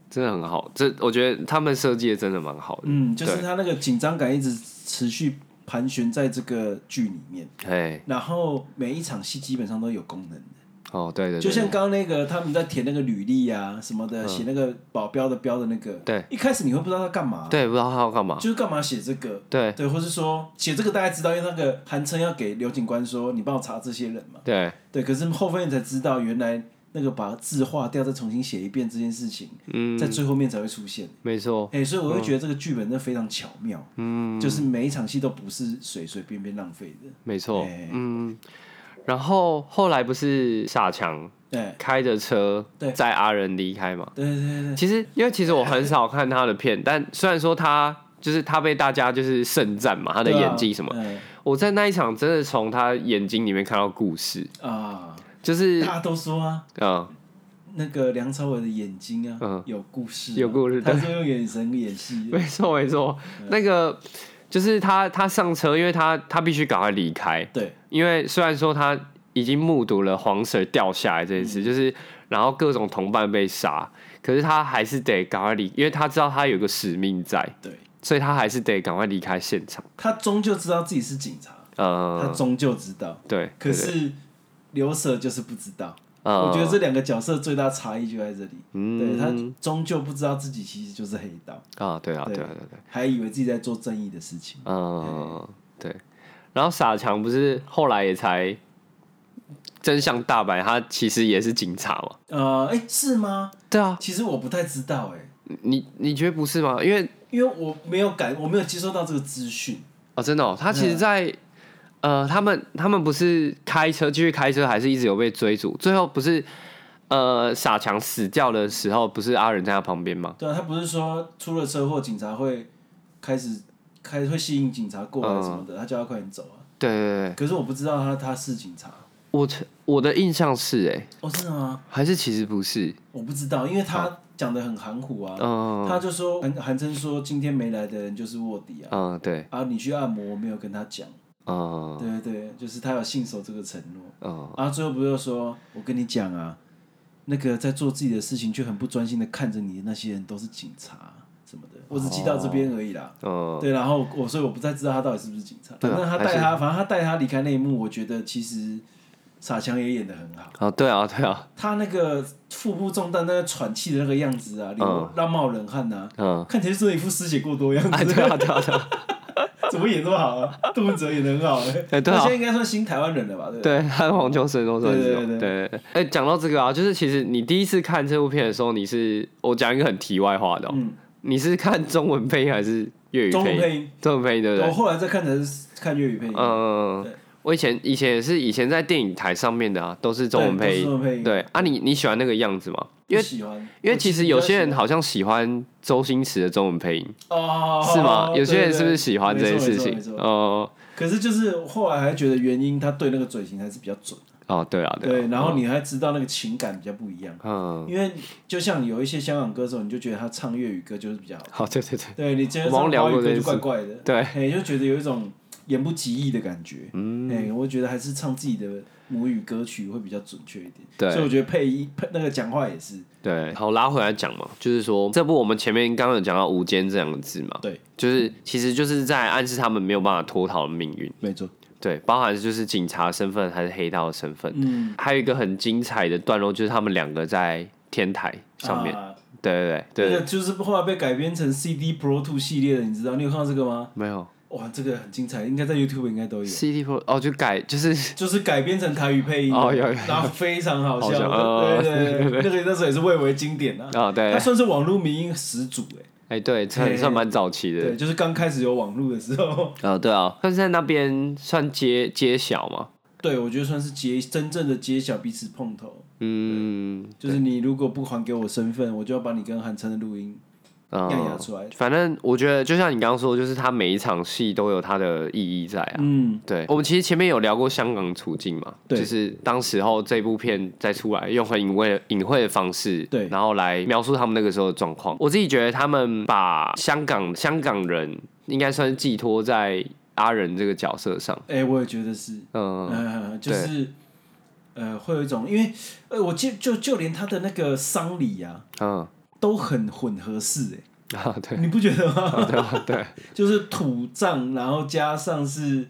Speaker 1: 真的很好，这我觉得他们设计的真的蛮好的，
Speaker 2: 嗯，就是
Speaker 1: 对
Speaker 2: 他那个紧张感一直持续盘旋在这个剧里面，
Speaker 1: 哎，
Speaker 2: 然后每一场戏基本上都有功能的，
Speaker 1: 哦，对嗯对对，
Speaker 2: 就像刚刚那个他们在填那个履历啊什么的，写那个保镖的标的那个，
Speaker 1: 对，
Speaker 2: 一开始你会不知道他干嘛，
Speaker 1: 对，不知道他要干嘛，
Speaker 2: 就是干嘛写这个，
Speaker 1: 对
Speaker 2: 对，或是说写这个大家知道，因为那个韩琛要给刘警官说，你帮我查这些人嘛。
Speaker 1: 对，
Speaker 2: 对，可是后面才知道，原来那个把字划掉再重新写一遍这件事情，
Speaker 1: 嗯，哦
Speaker 2: 在最后面才会出现。
Speaker 1: 没错，
Speaker 2: 哎、所以我会觉得这个剧本真的非常巧妙，嗯，就是每一场戏都不是随随便便浪费的。
Speaker 1: 没错，
Speaker 2: 哎
Speaker 1: 嗯。然后后来不是傻强
Speaker 2: 对，
Speaker 1: 开着车
Speaker 2: 对
Speaker 1: 载阿仁离开嘛？
Speaker 2: 对对对
Speaker 1: 其实因为其实我很少看他的片，但虽然说他就是他被大家就是盛赞嘛，他
Speaker 2: 他
Speaker 1: 的演技什么，
Speaker 2: 么
Speaker 1: 啊我在那一场真的从他眼睛里面看到故事，
Speaker 2: 啊，
Speaker 1: 就是
Speaker 2: 大家都说啊，
Speaker 1: 嗯，
Speaker 2: 那个梁朝伟的眼睛啊，
Speaker 1: 嗯
Speaker 2: 有故事啊、
Speaker 1: 有故事
Speaker 2: 他是用眼神演戏的，
Speaker 1: 没错没错，那个就是他他上车，因为他他必须赶快离开，
Speaker 2: 对，
Speaker 1: 因为虽然说他已经目睹了黄 Sir 掉下来这件事，就是然后各种同伴被杀，可是他还是得赶快离，因为他知道他有个使命在，
Speaker 2: 对，
Speaker 1: 所以他还是得赶快离开现场。
Speaker 2: 他终究知道自己是警察，他
Speaker 1: 呃，
Speaker 2: 终究知道，
Speaker 1: 对，
Speaker 2: 可
Speaker 1: 对，
Speaker 2: 是刘舍就是不知道。
Speaker 1: 呃
Speaker 2: 我觉得这两个角色最大差异就在这里，对他
Speaker 1: 嗯
Speaker 2: 终究不知道自己其实就是黑道，
Speaker 1: 啊，对啊，
Speaker 2: 对
Speaker 1: 对啊，对啊对啊，
Speaker 2: 还以为自己在做正义的事情。
Speaker 1: 嗯，对。然后傻强不是后来也才真相大白，他其实也是警察嘛？
Speaker 2: 呃，哎、是吗？
Speaker 1: 对啊，
Speaker 2: 其实我不太知道、诶，
Speaker 1: 你你觉得不是吗？因为
Speaker 2: 哎，因为我没有感，我没有接收到这个资讯。
Speaker 1: 哦，真的、哦，他其实在，呃，他们他们不是开车继续开车，还是一直有被追逐，最后不是呃傻强死掉的时候，不是阿仁在他旁边吗？
Speaker 2: 对啊，他不是说出了车祸，警察会开始开会吸引警察过来什么的，他叫他快点走啊。
Speaker 1: 对对嗯对对，
Speaker 2: 可是我不知道他他是警察，
Speaker 1: 我我的印象是哎、
Speaker 2: 哦，真的吗？
Speaker 1: 还是其实不是，
Speaker 2: 我不知道，因为他讲的很含糊啊。
Speaker 1: 嗯
Speaker 2: 他就说韩韩琛说今天没来的人就是卧底啊。
Speaker 1: 嗯对，
Speaker 2: 啊，你去按摩，我没有跟他讲。
Speaker 1: 嗯
Speaker 2: 对对对，就是他有信守这个承诺。
Speaker 1: 嗯
Speaker 2: 然后最后不是说，我跟你讲啊，那个在做自己的事情却很不专心的看着你的那些人都是警察什么的，我只记到这边而已啦。
Speaker 1: 嗯，
Speaker 2: 对，然后我所以我不太知道他到底是不是警察。
Speaker 1: 对
Speaker 2: 反
Speaker 1: 啊
Speaker 2: 正他带
Speaker 1: 还是
Speaker 2: 他，反正他带他离开那一幕，我觉得其实傻强也演的很好。
Speaker 1: 哦对啊对啊，
Speaker 2: 他那个腹部中弹、那个喘气的那个样子啊，流浪冒冷汗呐、
Speaker 1: 嗯。
Speaker 2: 看起来就是一副失血过多样
Speaker 1: 啊，
Speaker 2: 子。
Speaker 1: 对啊，对啊，对啊，
Speaker 2: 怎么演这么好啊？杜文泽演的很好哎、
Speaker 1: 哎对啊
Speaker 2: 他现在应该算新台湾人了吧？对不 对
Speaker 1: 对，和黄秋生都算是有，
Speaker 2: 对对对
Speaker 1: 对对。哎，讲到这个啊，就是其实你第一次看这部片的时候，你是我讲一个很题外话的哦，
Speaker 2: 嗯，
Speaker 1: 你是看中文配音还是粤语
Speaker 2: 中
Speaker 1: 配
Speaker 2: 文
Speaker 1: 音？
Speaker 2: 配音，
Speaker 1: 中文配音对不
Speaker 2: 我
Speaker 1: 对？
Speaker 2: 后来再看才是看粤语配音，
Speaker 1: 嗯
Speaker 2: 对，
Speaker 1: 我以前以前也是以前在电影台上面的啊，都是中文配
Speaker 2: 对都是中
Speaker 1: 音。
Speaker 2: 文配音，
Speaker 1: 对啊你，你喜欢那个样子吗？因为
Speaker 2: 不喜欢，
Speaker 1: 因为其实有些人
Speaker 2: 我
Speaker 1: 好像喜欢周星驰的中文配音，
Speaker 2: 比较喜欢哦，
Speaker 1: 是吗？有些人
Speaker 2: 对
Speaker 1: 是不是喜欢这件事？
Speaker 2: 对
Speaker 1: 情
Speaker 2: 没错没错？没错
Speaker 1: 哦
Speaker 2: 可是就是后来还觉得原因，他对那个嘴型还是比较准，
Speaker 1: 哦，对啊，啊
Speaker 2: 对，然后你还知道那个情感比较不一样，
Speaker 1: 嗯，
Speaker 2: 因为就像有一些香港歌手，你就觉得他唱粤语歌就是比较好，
Speaker 1: 好，对对对
Speaker 2: 对你觉得
Speaker 1: 我们好像
Speaker 2: 唱
Speaker 1: 聊
Speaker 2: 华语
Speaker 1: 过这
Speaker 2: 歌
Speaker 1: 件
Speaker 2: 就
Speaker 1: 事
Speaker 2: 怪怪的，
Speaker 1: 对，
Speaker 2: 哎，就觉得有一种言不及义的感觉。嗯，哎、我觉得还是唱自己的母语歌曲会比较准确一点。
Speaker 1: 对
Speaker 2: 所以我觉得配音配那个讲话也是，
Speaker 1: 对，好拉回来讲嘛，就是说这部我们前面刚刚有讲到“无间”这两个字嘛，
Speaker 2: 对，
Speaker 1: 就是其实就是在暗示他们没有办法脱逃的命运，
Speaker 2: 没错。
Speaker 1: 对，包含就是警察身份还是黑道的身份，
Speaker 2: 嗯，
Speaker 1: 还有一个很精彩的段落就是他们两个在天台上面，
Speaker 2: 啊
Speaker 1: 对对对
Speaker 2: 那
Speaker 1: 对，
Speaker 2: 个就是后来被改编成 CD Pro Two 系列的，你知道？你有看到这个吗？
Speaker 1: 没有
Speaker 2: 哇，这个很精彩，应该在 YouTube 应该都有。
Speaker 1: CD Pro 哦，就改就是
Speaker 2: 就是改编成台语配音的，
Speaker 1: 哦有有
Speaker 2: 然后非常好笑，
Speaker 1: 好笑呃
Speaker 2: 对对对，那个那时候也是蔚为经典啊，
Speaker 1: 哦对
Speaker 2: 它，算是网络民音始祖哎、
Speaker 1: 哎对，这很算蛮早期的，
Speaker 2: 对，就是刚开始有网络的时候，
Speaker 1: 啊对啊，但是在那边算揭揭晓嘛，
Speaker 2: 对我觉得算是揭真正的揭晓彼此碰头，
Speaker 1: 嗯，
Speaker 2: 就是你如果不还给我身份，我就要把你跟韩琛的录音
Speaker 1: 啊
Speaker 2: 亮牙出来，
Speaker 1: 反正我觉得，就像你刚刚说，就是他每一场戏都有它的意义在啊。
Speaker 2: 嗯，
Speaker 1: 对，我们其实前面有聊过香港处境嘛，
Speaker 2: 对
Speaker 1: 就是当时候这部片再出来，用很隐晦的隐晦的方式，
Speaker 2: 对
Speaker 1: 然后来描述他们那个时候的状况。我自己觉得他们把香港香港人应该算是寄托在阿仁这个角色上，
Speaker 2: 哎、我也觉得是，
Speaker 1: 嗯，
Speaker 2: 呃，就是呃，会有一种，因为呃，我就就就连他的那个丧礼啊，
Speaker 1: 嗯
Speaker 2: 都很混合式哎、
Speaker 1: 啊，对
Speaker 2: 你不觉得吗？
Speaker 1: 对对，
Speaker 2: 就是土葬，然后加上是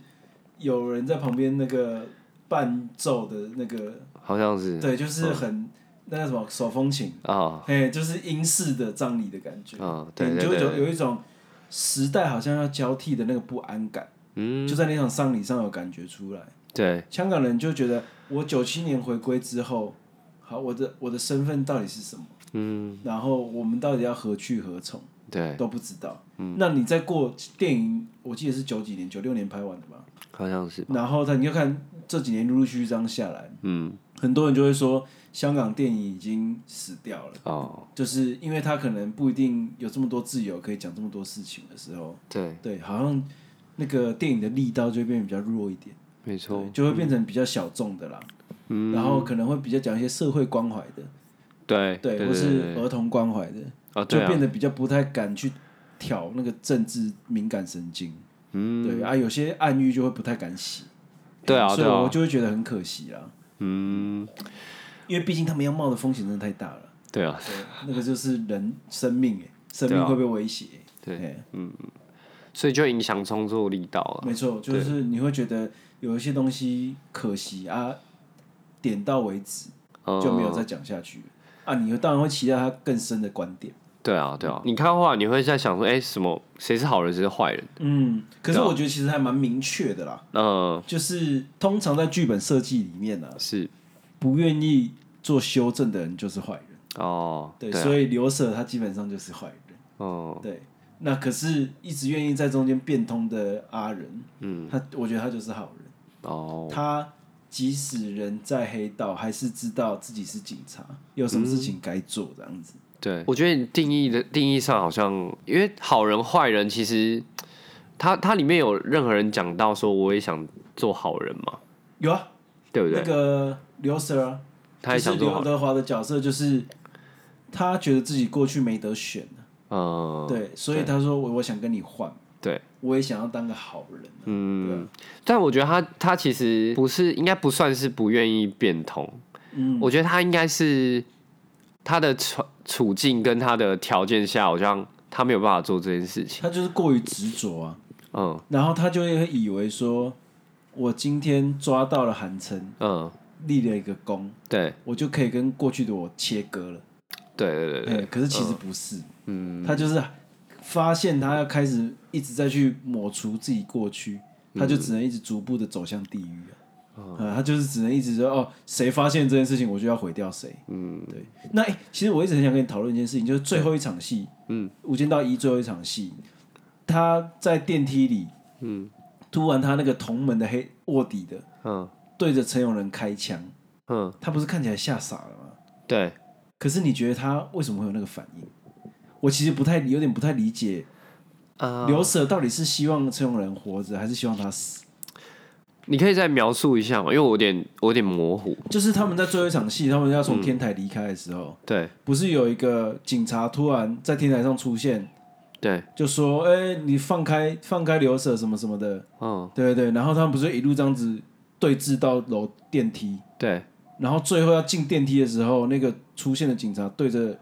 Speaker 2: 有人在旁边那个伴奏的那个，
Speaker 1: 好像是
Speaker 2: 对，就是很那个什么手风琴，
Speaker 1: 啊
Speaker 2: 哎，就是英式的葬礼的感觉，
Speaker 1: 啊，对
Speaker 2: 你
Speaker 1: 对
Speaker 2: 就
Speaker 1: 对
Speaker 2: 会有
Speaker 1: 对，
Speaker 2: 有一种时代好像要交替的那个不安感，
Speaker 1: 嗯，
Speaker 2: 就在那场丧礼上有感觉出来。
Speaker 1: 对
Speaker 2: 香港人就觉得，我九七年回归之后，好，我的我的身份到底是什么？嗯，然后我们到底要何去何从？
Speaker 1: 对，嗯
Speaker 2: 都不知道。那你再过电影，我记得是九几年、九六年拍完的吧？
Speaker 1: 好像是，
Speaker 2: 然后他你就看这几年陆陆续续这样下来，
Speaker 1: 嗯，
Speaker 2: 很多人就会说香港电影已经死掉了，
Speaker 1: 哦，
Speaker 2: 就是因为他可能不一定有这么多自由可以讲这么多事情的时候，
Speaker 1: 对，
Speaker 2: 对，好像那个电影的力道就会变得比较弱一点，
Speaker 1: 没错。
Speaker 2: 对，就会变成比较小众的啦。
Speaker 1: 嗯
Speaker 2: 然后可能会比较讲一些社会关怀的，
Speaker 1: 对
Speaker 2: 对，
Speaker 1: 对
Speaker 2: 或是
Speaker 1: 对
Speaker 2: 儿童关怀的，
Speaker 1: 啊，
Speaker 2: 就
Speaker 1: 对啊，
Speaker 2: 变得比较不太敢去挑那个政治敏感神经。嗯，对啊，有些暗喻就会不太敢写。
Speaker 1: 对啊，
Speaker 2: 嗯所
Speaker 1: 对
Speaker 2: 以我
Speaker 1: 啊，
Speaker 2: 就会觉得很可惜啦。嗯，因为毕竟他们要冒的风险真的太 大了，
Speaker 1: 对啊，
Speaker 2: 对，那个就是人生命哎，生
Speaker 1: 对
Speaker 2: 命
Speaker 1: 啊
Speaker 2: 会被威胁。
Speaker 1: 对
Speaker 2: 哎，
Speaker 1: 所以就影响创作力道了。
Speaker 2: 没错，就是你会觉得有一些东西可惜啊，点到为止
Speaker 1: 嗯
Speaker 2: 就没有再讲下去了啊。你当然会期待他更深的观点。
Speaker 1: 对啊，对啊。你看话，你会在想说，哎，什么谁是好人，谁是坏人？
Speaker 2: 嗯，可是
Speaker 1: 对啊
Speaker 2: 我觉得其实还蛮明确的啦。
Speaker 1: 嗯，
Speaker 2: 就是通常在剧本设计里面呢、啊，
Speaker 1: 是
Speaker 2: 不愿意做修正的人就是坏人，
Speaker 1: 哦，
Speaker 2: 对，
Speaker 1: 啊，
Speaker 2: 所以刘舍他基本上就是坏人，
Speaker 1: 嗯，
Speaker 2: 对。那可是一直愿意在中间变通的阿仁，嗯，他我觉得他就是好人，
Speaker 1: 哦，
Speaker 2: 他即使人在黑道，还是知道自己是警察，有什么
Speaker 1: 嗯
Speaker 2: 事情该做这样子。
Speaker 1: 对，我觉得你定义的定义上好像，因为好人坏人其实，他他里面有任何人讲到说，我也想做好人嘛，
Speaker 2: 有啊，
Speaker 1: 对不
Speaker 2: 那
Speaker 1: 对？
Speaker 2: 个刘舍啊，
Speaker 1: 他也
Speaker 2: 就
Speaker 1: 想
Speaker 2: 是
Speaker 1: 做
Speaker 2: 刘
Speaker 1: 好，
Speaker 2: 德华的角色，就是他觉得自己过去没得选啊
Speaker 1: 嗯，
Speaker 2: 对，所以他说我我想跟你换，
Speaker 1: 对，
Speaker 2: 我也想要当个好人、
Speaker 1: 嗯
Speaker 2: 嗯，
Speaker 1: 但我觉得他他其实不是，应该不算是不愿意变通。
Speaker 2: 嗯，
Speaker 1: 我觉得他应该是他的处处境跟他的条件下，好像他没有办法做这件事情。
Speaker 2: 他就是过于执着啊，
Speaker 1: 嗯
Speaker 2: 然后他就会以为说，我今天抓到了韩琛，
Speaker 1: 嗯，
Speaker 2: 立了一个功，
Speaker 1: 对
Speaker 2: 我就可以跟过去的我切割了。
Speaker 1: 对对对对，
Speaker 2: 哎，可是其实不是，嗯，他就是发现他要开始一直在去抹除自己过去，
Speaker 1: 嗯
Speaker 2: 他就只能一直逐步的走向地狱啊。
Speaker 1: 哦
Speaker 2: 啊，他就是只能一直说哦，谁发现这件事情，我就要毁掉谁。嗯，对。那、哎其实我一直很想跟你讨论一件事情，就是最后一场戏，嗯，《无间道一》最后一场戏，他在电梯里，嗯，突然他那个同门的黑卧底的
Speaker 1: 嗯
Speaker 2: 对着陈永仁开枪，
Speaker 1: 嗯
Speaker 2: 他不是看起来吓傻了吗？
Speaker 1: 对，
Speaker 2: 可是你觉得他为什么会有那个反应？我其实不太有点不太理解，
Speaker 1: 啊，
Speaker 2: 刘舍到底是希望陈永仁活着，还是希望他死？
Speaker 1: 你可以再描述一下吗？因为我有点我有点模糊。
Speaker 2: 就是他们在最后一场戏，他们要从天台离开的时候，
Speaker 1: 对
Speaker 2: 不是有一个警察突然在天台上出现，
Speaker 1: 对，
Speaker 2: 就说：“哎、你放开放开刘舍什么什么的。
Speaker 1: 嗯，”
Speaker 2: 对对对，然后他们不是一路这样子对峙到楼电梯，
Speaker 1: 对，
Speaker 2: 然后最后要进电梯的时候，那个出现的警察对着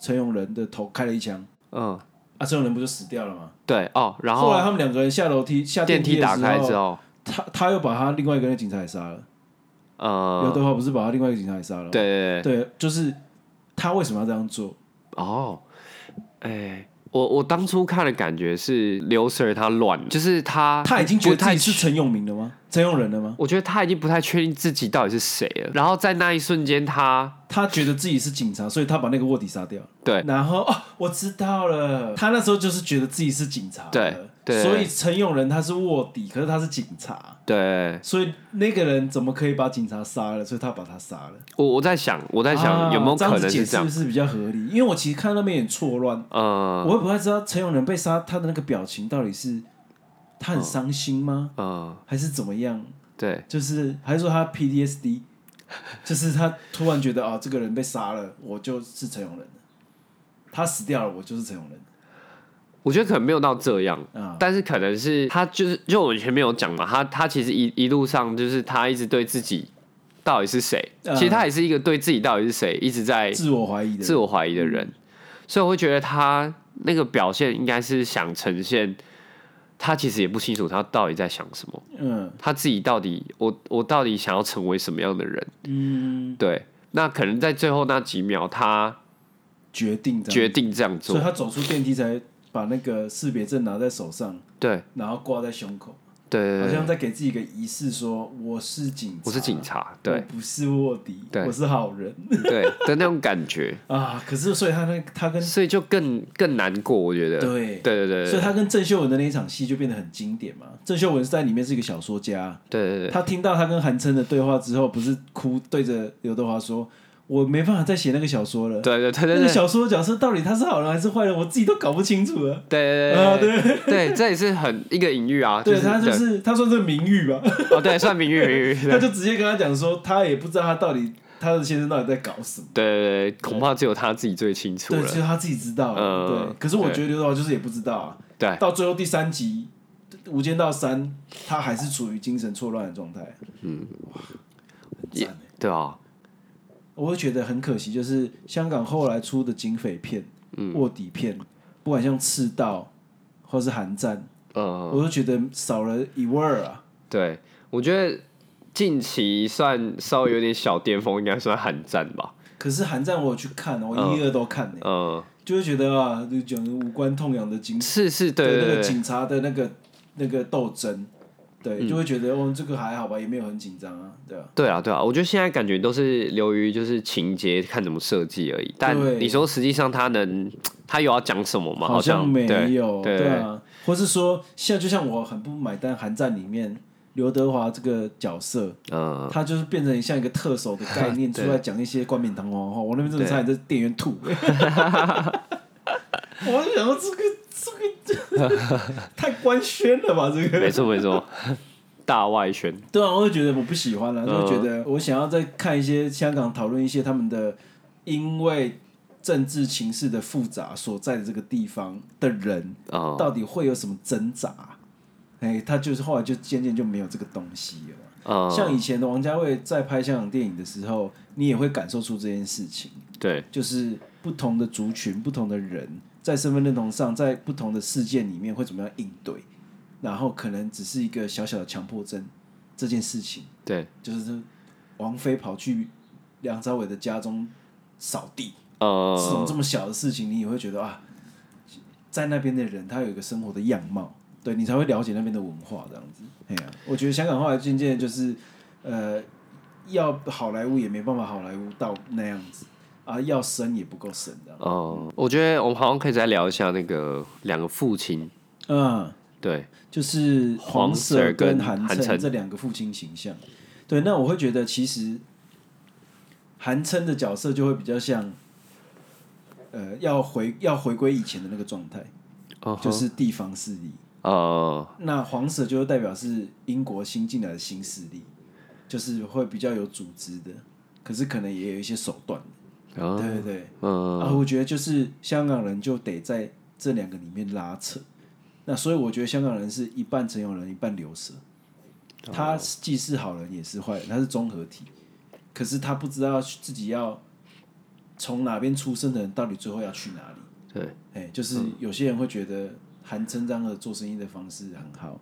Speaker 2: 陈永仁的头开了一枪，
Speaker 1: 嗯，
Speaker 2: 啊，陈永仁不就死掉了吗？
Speaker 1: 对哦，然
Speaker 2: 后来
Speaker 1: 后
Speaker 2: 他们两个人下楼梯下
Speaker 1: 电
Speaker 2: 梯
Speaker 1: 梯
Speaker 2: 的时
Speaker 1: 打
Speaker 2: 候
Speaker 1: 开之后，
Speaker 2: 他他又把他另外一个那警察也杀了，刘
Speaker 1: 呃，
Speaker 2: 德华不是把他另外一个警察也杀了吗？
Speaker 1: 对对对，
Speaker 2: 对，就是他为什么要这样做？
Speaker 1: 哦，哎、我我当初看的感觉是刘 Sir 他乱，就是他
Speaker 2: 他已经觉得
Speaker 1: 不太
Speaker 2: 自己是陈永明了吗？陈永仁了吗？
Speaker 1: 我觉得他已经不太确定自己到底是谁了。然后在那一瞬间他，
Speaker 2: 他觉得自己是警察，所以他把那个卧底杀掉。
Speaker 1: 对
Speaker 2: 然后哦，我知道了，他那时候就是觉得自己是警察了，
Speaker 1: 对对
Speaker 2: 所以陈永仁他是卧底，可是他是警察，
Speaker 1: 对
Speaker 2: 所以那个人怎么可以把警察杀了？所以他把他杀了。
Speaker 1: 我我在想，我在想、
Speaker 2: 啊
Speaker 1: 有没有可能是
Speaker 2: 这样子解释
Speaker 1: 这样
Speaker 2: 不。是比较合理？因为我其实看到那边有点错乱，
Speaker 1: 嗯
Speaker 2: 我也不太知道陈永仁被杀，他的那个表情到底是他很伤心吗，
Speaker 1: 嗯，
Speaker 2: 还是怎么样？
Speaker 1: 对，
Speaker 2: 就是还是说他 PTSD，就是他突然觉得啊、这个人被杀了，我就是陈永仁了他死掉了，我就是陈永仁
Speaker 1: 我觉得可能没有到这样。
Speaker 2: 啊。
Speaker 1: 但是可能是他就是就我们前面有讲嘛，他他其实一一路上就是他一直对自己到底是谁，
Speaker 2: 嗯
Speaker 1: 其实他也是一个对自己到底是谁一直在
Speaker 2: 自我怀疑的
Speaker 1: 哎自
Speaker 2: 人，
Speaker 1: 我怀疑的人，所以我会觉得他那个表现应该是想呈现，他其实也不清楚他到底在想什么，
Speaker 2: 嗯
Speaker 1: 他自己到底我我到底想要成为什么样的人？
Speaker 2: 嗯，
Speaker 1: 对，那可能在最后那几秒，他
Speaker 2: 决定这样
Speaker 1: 决定这样
Speaker 2: 所
Speaker 1: 做，
Speaker 2: 以他走出电梯才把那个识别证拿在手上，
Speaker 1: 对
Speaker 2: 然后挂在胸口，
Speaker 1: 对
Speaker 2: 好
Speaker 1: 对
Speaker 2: 像
Speaker 1: 对，
Speaker 2: 在给自己一个仪式说我是警察，
Speaker 1: 我是警察，
Speaker 2: 我
Speaker 1: 对
Speaker 2: 不是卧底，
Speaker 1: 对
Speaker 2: 我是好人
Speaker 1: 对的那种感 觉，
Speaker 2: 啊。可是，所以他那他跟
Speaker 1: 所以就更更难过，我觉得，
Speaker 2: 对
Speaker 1: 对对对
Speaker 2: 所
Speaker 1: 对
Speaker 2: 以他跟郑秀文的那一场戏就变得很经典嘛。郑秀文是在里面是一个小说家，
Speaker 1: 对对对，
Speaker 2: 他听到他跟韩琛的对话之后，不是哭对着刘德华说：“我没办法再写那个小说了。”
Speaker 1: 对对对
Speaker 2: 那
Speaker 1: 对
Speaker 2: 个
Speaker 1: 对
Speaker 2: 小说角色到底他是好人还是坏人，我自己都搞不清楚了。啊，
Speaker 1: 对对
Speaker 2: 对，
Speaker 1: 对，这也是很一个隐喻啊，
Speaker 2: 对
Speaker 1: 是
Speaker 2: 他就
Speaker 1: 对
Speaker 2: 是他算是名誉吧，
Speaker 1: 哦，对，算名誉名誉， 对
Speaker 2: 他就直接跟他讲说，他也不知道他到底他的先生到底在搞什么。
Speaker 1: 对对对，恐怕只有他自己最清楚
Speaker 2: 对，
Speaker 1: 了。
Speaker 2: 只有他自己知道了。
Speaker 1: 嗯
Speaker 2: 对，可是我觉得刘德华就是也不知道啊。
Speaker 1: 对
Speaker 2: 到最后第三集《无间道三》，他还是处于精神错乱的状态。嗯，哇，很赞欸
Speaker 1: 对啊，
Speaker 2: 我会觉得很可惜，就是香港后来出的警匪片、
Speaker 1: 嗯
Speaker 2: 卧底片，不管像《赤道》或是《寒战》，
Speaker 1: 嗯，
Speaker 2: 我都觉得少了一味儿啊。
Speaker 1: 对，我觉得近期算稍微有点小巅峰，应该算寒战吧。
Speaker 2: 可是《寒战》我有去看，啊我
Speaker 1: 嗯
Speaker 2: 一二都看呢、
Speaker 1: 嗯，
Speaker 2: 就会觉得啊，就讲无关痛痒的警
Speaker 1: 是是，对
Speaker 2: 对那
Speaker 1: 对
Speaker 2: 个
Speaker 1: 对，
Speaker 2: 警察的那个那个斗争，
Speaker 1: 嗯
Speaker 2: 对，就会觉得哦，这个还好吧，也没有很紧张啊，对啊，
Speaker 1: 对啊对啊，我觉得现在感觉都是流于就是情节看怎么设计而已。但
Speaker 2: 对
Speaker 1: 你说实际上他能，他有要讲什么吗？
Speaker 2: 好
Speaker 1: 像
Speaker 2: 没
Speaker 1: 对
Speaker 2: 有，
Speaker 1: 对
Speaker 2: 对啊，或是说现在就像我很不买单《寒战》里面刘德华这个角色，
Speaker 1: 嗯，
Speaker 2: 他就是变成像一个特首的概 念出
Speaker 1: 对
Speaker 2: 来讲一些冠冕堂皇的话，我那边真的
Speaker 1: 对
Speaker 2: 差点在店员 吐。我就想到这个 这个太官宣了吧，这个
Speaker 1: 没错没错， 大外宣，
Speaker 2: 对啊，我会觉得我不喜欢了，就
Speaker 1: 嗯
Speaker 2: 会觉得我想要再看一些香港讨论一些他们的因为政治情势的复杂所在的这个地方的人
Speaker 1: 嗯，
Speaker 2: 到底会有什么挣扎。哎、他就是后来就渐渐就没有这个东西了。
Speaker 1: 嗯，
Speaker 2: 像以前的王家卫在拍香港电影的时候，你也会感受出这件事情，
Speaker 1: 对
Speaker 2: 就是不同的族群、不同的人在身份认同上，在不同的事件里面会怎么样应对，然后可能只是一个小小的强迫症这件事情。
Speaker 1: 对，
Speaker 2: 就是王菲跑去梁朝伟的家中扫地，这种
Speaker 1: 嗯，
Speaker 2: 这么小的事情，你也会觉得啊，在那边的人他有一个生活的样貌，对你才会了解那边的文化这样子。哎呀、我觉得香港后来渐渐就是，呃，要好莱坞也没办法好莱坞到那样子啊，要深也不够深这样。
Speaker 1: 哦，我觉得我们好像可以再聊一下那个两个父亲，
Speaker 2: 嗯，
Speaker 1: 对，
Speaker 2: 就是
Speaker 1: 黄
Speaker 2: 黄
Speaker 1: Sir
Speaker 2: 色跟
Speaker 1: 跟
Speaker 2: 韩
Speaker 1: 韩
Speaker 2: 琛
Speaker 1: 琛
Speaker 2: 这两个父亲形象。对，那我会觉得其实韩琛的角色就会比较像，呃，要回要回归以前的那个状态，
Speaker 1: 哦，
Speaker 2: 就是地方势力。
Speaker 1: 呃，
Speaker 2: 那黄 Sir 就会代表是英国新进来的新势力，就是会比较有组织的，可是可能也有一些手段的。
Speaker 1: 然后
Speaker 2: 对对对，
Speaker 1: 嗯，
Speaker 2: 啊，我觉得就是香港人就得在这两个里面拉扯。那所以我觉得香港人是一半陈永仁，一半刘蛇，他既是好人也是坏人，他是综合体。可是他不知道自己要从哪边出生的人，到底最后要去哪里。
Speaker 1: 对，
Speaker 2: 哎、就是有些人会觉得韩称章的做生意的方式很好，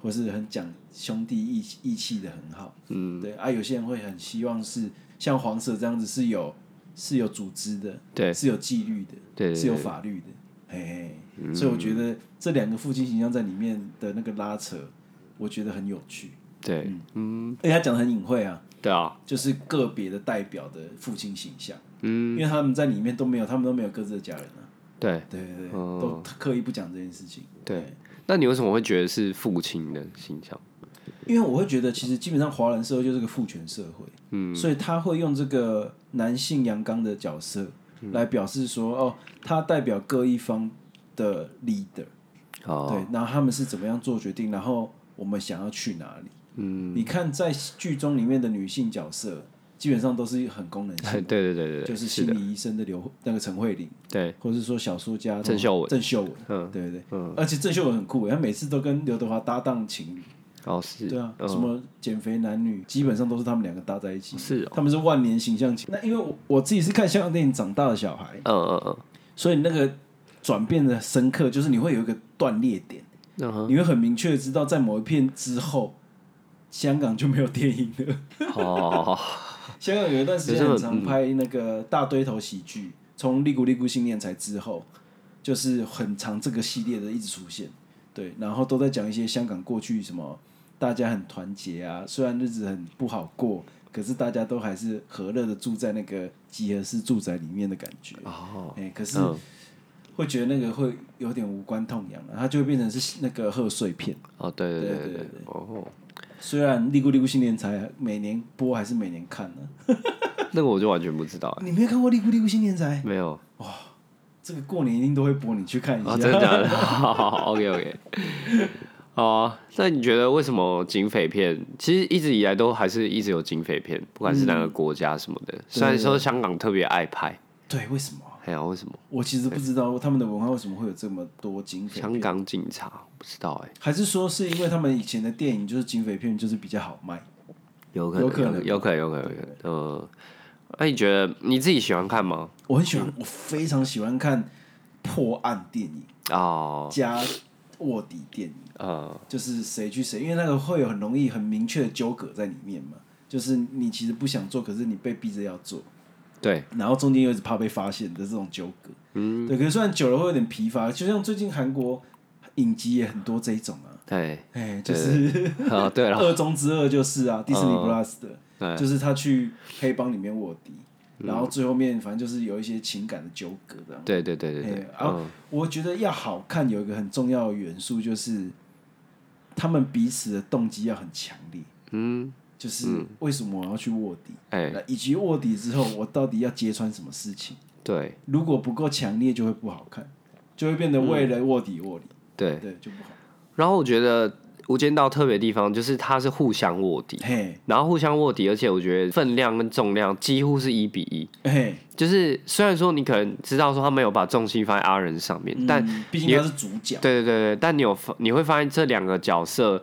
Speaker 2: 或是很讲兄弟义义气的很好，嗯，对啊，有些人会很希望是像黄蛇这样子是有是有组织的，
Speaker 1: 对
Speaker 2: 是有纪律的，
Speaker 1: 对对嗯
Speaker 2: 是有法律的，嘿嘿，所以我觉得这两个父亲形象在里面的那个拉扯，我觉得很有趣，
Speaker 1: 对，
Speaker 2: 嗯，而且他讲的很隐晦啊，
Speaker 1: 对啊，
Speaker 2: 就是个别的代表的父亲形象，嗯，因为他们在里面都没有，他们都没有各自的家人啊。
Speaker 1: 对
Speaker 2: 对对对，
Speaker 1: 哦
Speaker 2: 都刻意不讲这件事情。
Speaker 1: 对。那你为什么会觉得是父亲的形象？
Speaker 2: 因为我会觉得，其实基本上华人社会就是个父权社会，嗯，所以他会用这个男性阳刚的角色
Speaker 1: 嗯
Speaker 2: 来表示说，哦，他代表各一方的 leader，、
Speaker 1: 哦，
Speaker 2: 对，然后他们是怎么样做决定，然后我们想要去哪里，嗯，你看在剧中里面的女性角色，基本上都是很功能 性，
Speaker 1: 对对对对对，
Speaker 2: 就是
Speaker 1: 是
Speaker 2: 心
Speaker 1: 的，
Speaker 2: 理医生的刘那个陈慧琳，
Speaker 1: 对
Speaker 2: 或者是说小说家
Speaker 1: 郑秀文
Speaker 2: 郑秀文，
Speaker 1: 嗯
Speaker 2: 对对对，而且郑秀文很酷耶，他每次都跟刘德华搭档情侣，
Speaker 1: 哦是，
Speaker 2: 对啊，
Speaker 1: 嗯
Speaker 2: 什么减肥男女，基本上都是他们两个搭在一起，
Speaker 1: 是哦
Speaker 2: 他们是万年形象情。那因为我我自己是看香港电影长大的小孩，
Speaker 1: 嗯嗯嗯
Speaker 2: 所以那个转变的深刻，就是你会有一个断裂点，
Speaker 1: 嗯哼，
Speaker 2: 你会很明确的知道，在某一片之后，香港就没有电影了。
Speaker 1: 好好好好，
Speaker 2: 香港有一段时
Speaker 1: 有这
Speaker 2: 间
Speaker 1: 么
Speaker 2: 很常拍那个大堆头喜剧，从《利古利古新年才》之后，就是很长这个系列的一直出现，对，然后都在讲一些香港过去什么大家很团结啊，虽然日子很不好过，可是大家都还是和乐的住在那个集合式住宅里面的感觉，
Speaker 1: 哦，
Speaker 2: 哎、可是
Speaker 1: 嗯
Speaker 2: 会觉得那个会有点无关痛痒、啊，它就会变成是那个贺岁片。
Speaker 1: 哦对对
Speaker 2: 对
Speaker 1: 对
Speaker 2: 对
Speaker 1: 对对，哦，
Speaker 2: 虽然《利古利古新年才》每年播还是每年看呢、
Speaker 1: 那个我就完全不知道，欸
Speaker 2: 你没有看过《利古利古新年才》？
Speaker 1: 没 有，
Speaker 2: 这个过年一定都会播，你去看一下。
Speaker 1: 哦真的假的？好好好，OK OK。哦，那你觉得为什么警匪片其实一直以来都还是一直有警匪片，不管是
Speaker 2: 嗯
Speaker 1: 哪个国家什么的，虽然说香港特别爱拍，
Speaker 2: 对，为什么啊？
Speaker 1: 哎呀，为什么
Speaker 2: 我其实不知道他们的文化为什么会有这么多警匪
Speaker 1: 香
Speaker 2: 片，
Speaker 1: 港警察不知道哎、
Speaker 2: 还是说是因为他们以前的电影就是警匪片就是比较好卖？
Speaker 1: 有
Speaker 2: 可能有可能
Speaker 1: 有可能，有可能，有可能。嗯，那、你觉得你自己喜欢看吗？
Speaker 2: 我很喜欢，我非常喜欢看破案电影
Speaker 1: 哦，
Speaker 2: 加卧底电影，
Speaker 1: 呃，
Speaker 2: 就是谁去谁，因为那个会有很容易很明确的纠葛在里面嘛。就是你其实不想做，可是你被逼着要做，
Speaker 1: 对，
Speaker 2: 然后中间又一直怕被发现的这种纠葛。嗯，对。可是虽然久了会有点疲乏，就像最近韩国影集也很多这一种啊。
Speaker 1: 对，
Speaker 2: 哎，就是
Speaker 1: 啊，对了，
Speaker 2: 二中之二就是啊，迪士尼 Plus
Speaker 1: 对嗯
Speaker 2: 的，就是他去黑帮里面卧底，然后最后面反正就是有一些情感的纠葛这样。
Speaker 1: 对对对对对嗯
Speaker 2: 哎，，啊，我觉得要好看有一个很重要的元素就是，他们彼此的动机要很强烈，
Speaker 1: 嗯，
Speaker 2: 就是为什么我要去卧底，
Speaker 1: 哎，
Speaker 2: 那以及卧底之后我到底要揭穿什么事情，
Speaker 1: 对
Speaker 2: 如果不够强烈就会不好看，就会变得为了卧底卧底，
Speaker 1: 对。
Speaker 2: 对，就不好。
Speaker 1: 然后我觉得《无间道》特别的地方就是它是互相卧底，
Speaker 2: 嘿，
Speaker 1: 然后互相卧底，而且我觉得分量跟重量几乎是一比一。
Speaker 2: 嘿，
Speaker 1: 就是虽然说你可能知道说他没有把重心放在阿仁上面，但
Speaker 2: 嗯毕竟他是主角。
Speaker 1: 对对对对，但你有发你会发现这两个角色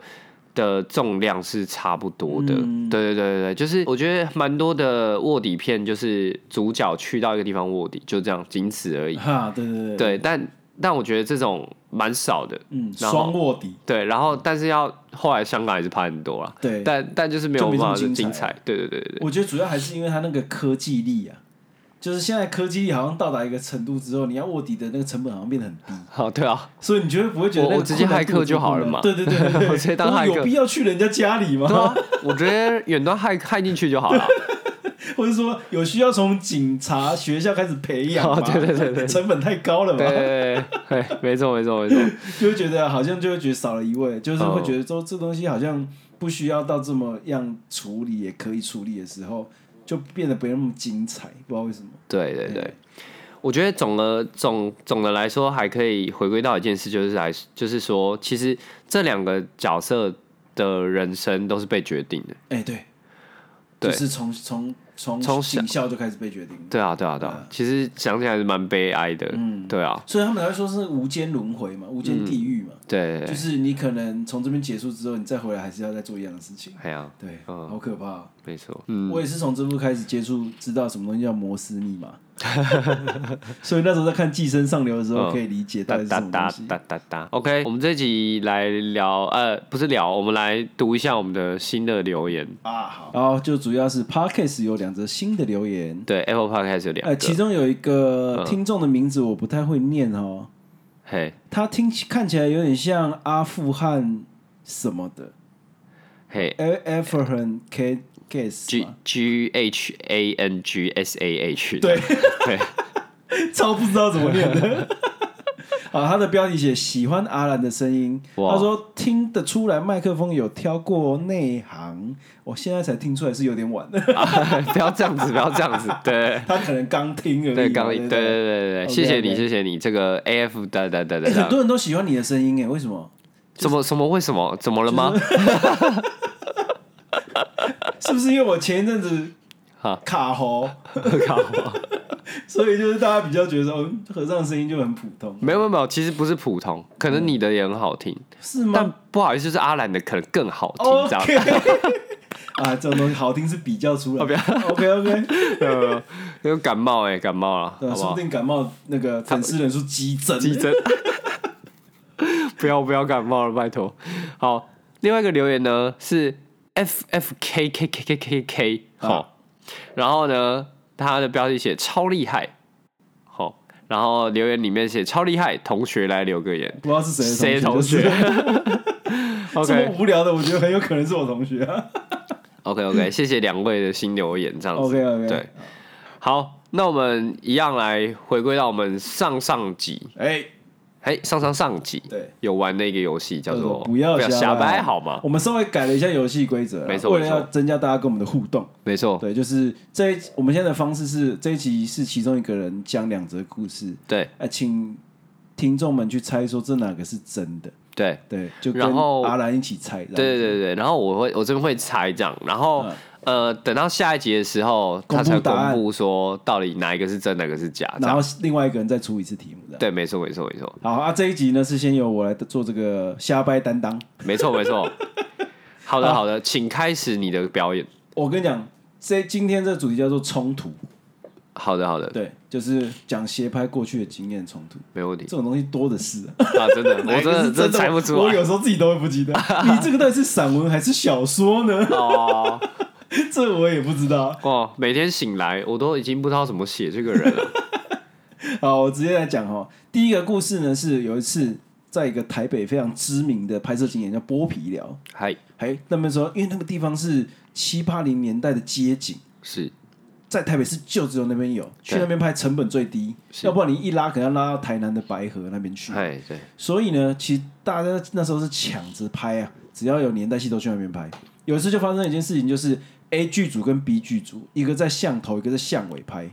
Speaker 1: 的重量是差不多的。
Speaker 2: 嗯
Speaker 1: 对对对对对，就是我觉得蛮多的卧底片，就是主角去到一个地方卧底，就这样，仅此而已。
Speaker 2: 哈，对对对，
Speaker 1: 对，但但我觉得这种蛮少的。
Speaker 2: 嗯，
Speaker 1: 然后
Speaker 2: 双卧底，
Speaker 1: 对，然后但是要后来香港还是拍很多啦，
Speaker 2: 嗯对，
Speaker 1: 但但就是没有
Speaker 2: 就没
Speaker 1: 办
Speaker 2: 这么
Speaker 1: 法的
Speaker 2: 精彩
Speaker 1: 精彩。对对对对
Speaker 2: 我觉得主要还是因为他那个科技力啊，就是现在科技力好像到达一个程度之后，你要卧底的那个成本好像变得很低，
Speaker 1: 好对 啊，
Speaker 2: 所以你绝对不会觉得
Speaker 1: 我
Speaker 2: 那个
Speaker 1: 我直接
Speaker 2: 困难度
Speaker 1: hack 就好了嘛
Speaker 2: 对对对对对，
Speaker 1: 我直接当
Speaker 2: 我说
Speaker 1: hack
Speaker 2: 有必要去人家家
Speaker 1: 对
Speaker 2: 里吗？
Speaker 1: 啊，我直接远端害害进去就好了。
Speaker 2: 或者说有需要从警察学校开始培养吗？
Speaker 1: 哦对对对对
Speaker 2: 成本太高了
Speaker 1: 对
Speaker 2: 嘛，
Speaker 1: 对对对，没错没错没错。
Speaker 2: 就会觉得好像就会觉得少了一位，就是
Speaker 1: 哦
Speaker 2: 会觉得说这东西好像不需要到这么样处理也可以处理的时候，就变得不那么精彩，不知道为什么。
Speaker 1: 对对对
Speaker 2: 嗯，
Speaker 1: 我觉得总的总总的来说，还可以回归到一件事，就是来就是说，其实这两个角色的人生都是被决定的。
Speaker 2: 哎、对，
Speaker 1: 对
Speaker 2: 就是从从从
Speaker 1: 从小
Speaker 2: 警校就开始被决定，
Speaker 1: 对啊，对啊，对
Speaker 2: 嗯
Speaker 1: 啊，其实想起来是蛮悲哀的，嗯，对啊，
Speaker 2: 所以他们才会说是无间轮回嘛，无间地狱嘛，
Speaker 1: 对对
Speaker 2: 就
Speaker 1: 对，
Speaker 2: 是你可能从这边结束之后，你再回来还是要再做一样的事情，
Speaker 1: 哎呀，
Speaker 2: 对，
Speaker 1: 嗯
Speaker 2: 好可怕哦、
Speaker 1: 没错，嗯，
Speaker 2: 我也是从这部开始接触，知道什么东西叫摩斯密 码，所以那时候在看《寄生上流》的时候，
Speaker 1: 嗯
Speaker 2: 可以理解到
Speaker 1: 哒
Speaker 2: 底是
Speaker 1: 哒
Speaker 2: 什么
Speaker 1: 哒
Speaker 2: 东西。
Speaker 1: 哒哒哒，OK，我们这集来聊，呃，不是聊，我们来读一下我们的新的留言，
Speaker 2: 啊，好，然后就主要是 Podcast 有两则新的留言，
Speaker 1: 对，Apple Podcast 有两
Speaker 2: 呃，
Speaker 1: 个，
Speaker 2: 其中有一个听众的名字我不太会念哦，
Speaker 1: 嘿，
Speaker 2: 他听起看起来有点像阿富汗什么的
Speaker 1: 嘿
Speaker 2: a f r a n K Gas，
Speaker 1: ，G G H A N G S A H，
Speaker 2: 对
Speaker 1: 对，
Speaker 2: 超不知道怎么念的。 啊，他的标题写喜欢阿兰的声音，
Speaker 1: 哇
Speaker 2: 他说听得出来麦克风有挑过内行，我现在才听出来是有点 晚的，
Speaker 1: 不要这样子，不要这样子，对。
Speaker 2: 他可能刚听而已嘛。
Speaker 1: 对，刚
Speaker 2: 对
Speaker 1: 对对
Speaker 2: 不
Speaker 1: 对
Speaker 2: 对
Speaker 1: 对对，
Speaker 2: OK，
Speaker 1: 谢谢你，
Speaker 2: OK
Speaker 1: 谢谢你，这个 A F 哒哒 哒哒
Speaker 2: 欸很
Speaker 1: 哒，
Speaker 2: 多人都喜欢你的声音哎，为什 么？
Speaker 1: 怎么什么为什么怎么了吗？
Speaker 2: 是不是因为我前一阵子
Speaker 1: 哈
Speaker 2: 卡喉，
Speaker 1: 靠，
Speaker 2: 所以就是大家比较觉得说，哦和尚的声音就很普通，
Speaker 1: 没有没有没有，其实不是普通，可能你的也很好听，
Speaker 2: 是
Speaker 1: 但
Speaker 2: 吗
Speaker 1: 不好意思，就是阿兰的可能更好听，这样。
Speaker 2: 嗯哦 ？OK，啊， 这种东西好听是比较出来
Speaker 1: 哦不
Speaker 2: 的。OK OK，
Speaker 1: 呃，因为感冒哎、感冒了，好不
Speaker 2: 啊说不
Speaker 1: 好？
Speaker 2: 定感冒那个粉丝人数激增。
Speaker 1: 急诊， 不要不要感冒了，拜托。好，另外一个留言呢是 F F K K K K K K，好、
Speaker 2: 啊
Speaker 1: 然后呢，他的标题写超厉害，好、然后留言里面写超厉害，同学来留个言，
Speaker 2: 不知道是谁
Speaker 1: 谁
Speaker 2: 的
Speaker 1: 同
Speaker 2: 学
Speaker 1: 学
Speaker 2: 就是这么
Speaker 1: ？OK
Speaker 2: 无聊的，我觉得很有可能是我 同学啊。
Speaker 1: OK OK，谢 谢两位的新留言，这样子。
Speaker 2: OK OK，
Speaker 1: 对，好，那我们一样来回归到我们上上集，
Speaker 2: 哎，
Speaker 1: 哎，上上上集，
Speaker 2: 对，
Speaker 1: 有玩的一个游戏叫做
Speaker 2: 不要
Speaker 1: 瞎
Speaker 2: 掰
Speaker 1: 掰，好吗？
Speaker 2: 我们稍微改了一下游戏规则啦，啊
Speaker 1: 没错哦
Speaker 2: 为了
Speaker 1: 没错
Speaker 2: 要增加大家跟我们的互动。
Speaker 1: 没错，
Speaker 2: 对，就是这一我们现在的方式是这一集是其中一个人讲两则故事，
Speaker 1: 对
Speaker 2: 哎，请听众们去猜说这哪个是真的。
Speaker 1: 对
Speaker 2: 对，就跟
Speaker 1: 然后
Speaker 2: 阿兰一起猜。
Speaker 1: 对对对对，然后我会我这边会猜这样，然后、呃，等到下一集的时候，
Speaker 2: 嗯公布
Speaker 1: 他才
Speaker 2: 答
Speaker 1: 公
Speaker 2: 案
Speaker 1: 布说到底哪一个是真，哪个是假，这
Speaker 2: 然
Speaker 1: 样
Speaker 2: 后另外一个人再出一次题目的。
Speaker 1: 对，没错没错没错
Speaker 2: 好啊，这一集呢是先由我来做这个瞎掰担当。
Speaker 1: 没 错没错。好
Speaker 2: 啊
Speaker 1: 的好的，请开始你的表演。
Speaker 2: 我跟你讲，这今天这个主题叫做冲突，
Speaker 1: 好的好的，
Speaker 2: 对，就是讲斜拍过去的经验冲突，
Speaker 1: 没 问题
Speaker 2: 这种东西多的是啊、
Speaker 1: 啊，真的， 我
Speaker 2: 哪一
Speaker 1: 真
Speaker 2: 个
Speaker 1: 的
Speaker 2: 是
Speaker 1: 真的猜不出
Speaker 2: 我
Speaker 1: 来
Speaker 2: 有时候自己都会 不记得。你这个到底是散文还是小说呢？
Speaker 1: 哦。
Speaker 2: 这我也不知道。
Speaker 1: 哇，每天醒来我都已经不知道怎么写这个人 了。
Speaker 2: 好，我直接来讲哈。第一个故事呢是有一次，在一个台北非常知名的拍摄景点叫剥皮寮，
Speaker 1: 嗨，
Speaker 2: 哎，那边说，因为那个地方是七八零年代的街景，
Speaker 1: 是
Speaker 2: 在台北市就只有那边有，去
Speaker 1: 对
Speaker 2: 那边拍成本最低，
Speaker 1: 是
Speaker 2: 要不然你一拉可能要拉到台南的白河那边去。
Speaker 1: 嗨，对，
Speaker 2: 所以呢，其实大家那时候是抢着拍啊，只要有年代戏都去那边拍。有一次就发生一件事情，就是 A 剧组跟 B 剧组，一个在巷头，一个在巷尾 拍。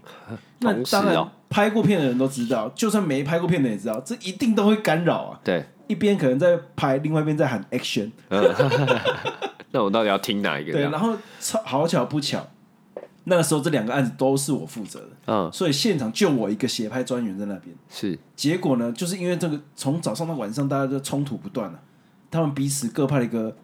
Speaker 2: 那
Speaker 1: 同时
Speaker 2: 当然
Speaker 1: 哦，，
Speaker 2: 拍过片的人都知道，就算没拍过片的人也知道，这一定都会干扰啊。
Speaker 1: 对，
Speaker 2: 一边可能在拍，另外一边在喊 action。
Speaker 1: 那我到底要听哪一个？
Speaker 2: 对，然后超好巧不巧，那个时候这两个案子都是我负责的，
Speaker 1: 嗯，
Speaker 2: 所以现场就我一个协拍专员在那边。
Speaker 1: 是
Speaker 2: 结果呢，就是因为这个从早上到晚上，大家就冲突不断了、他们彼此各派了一个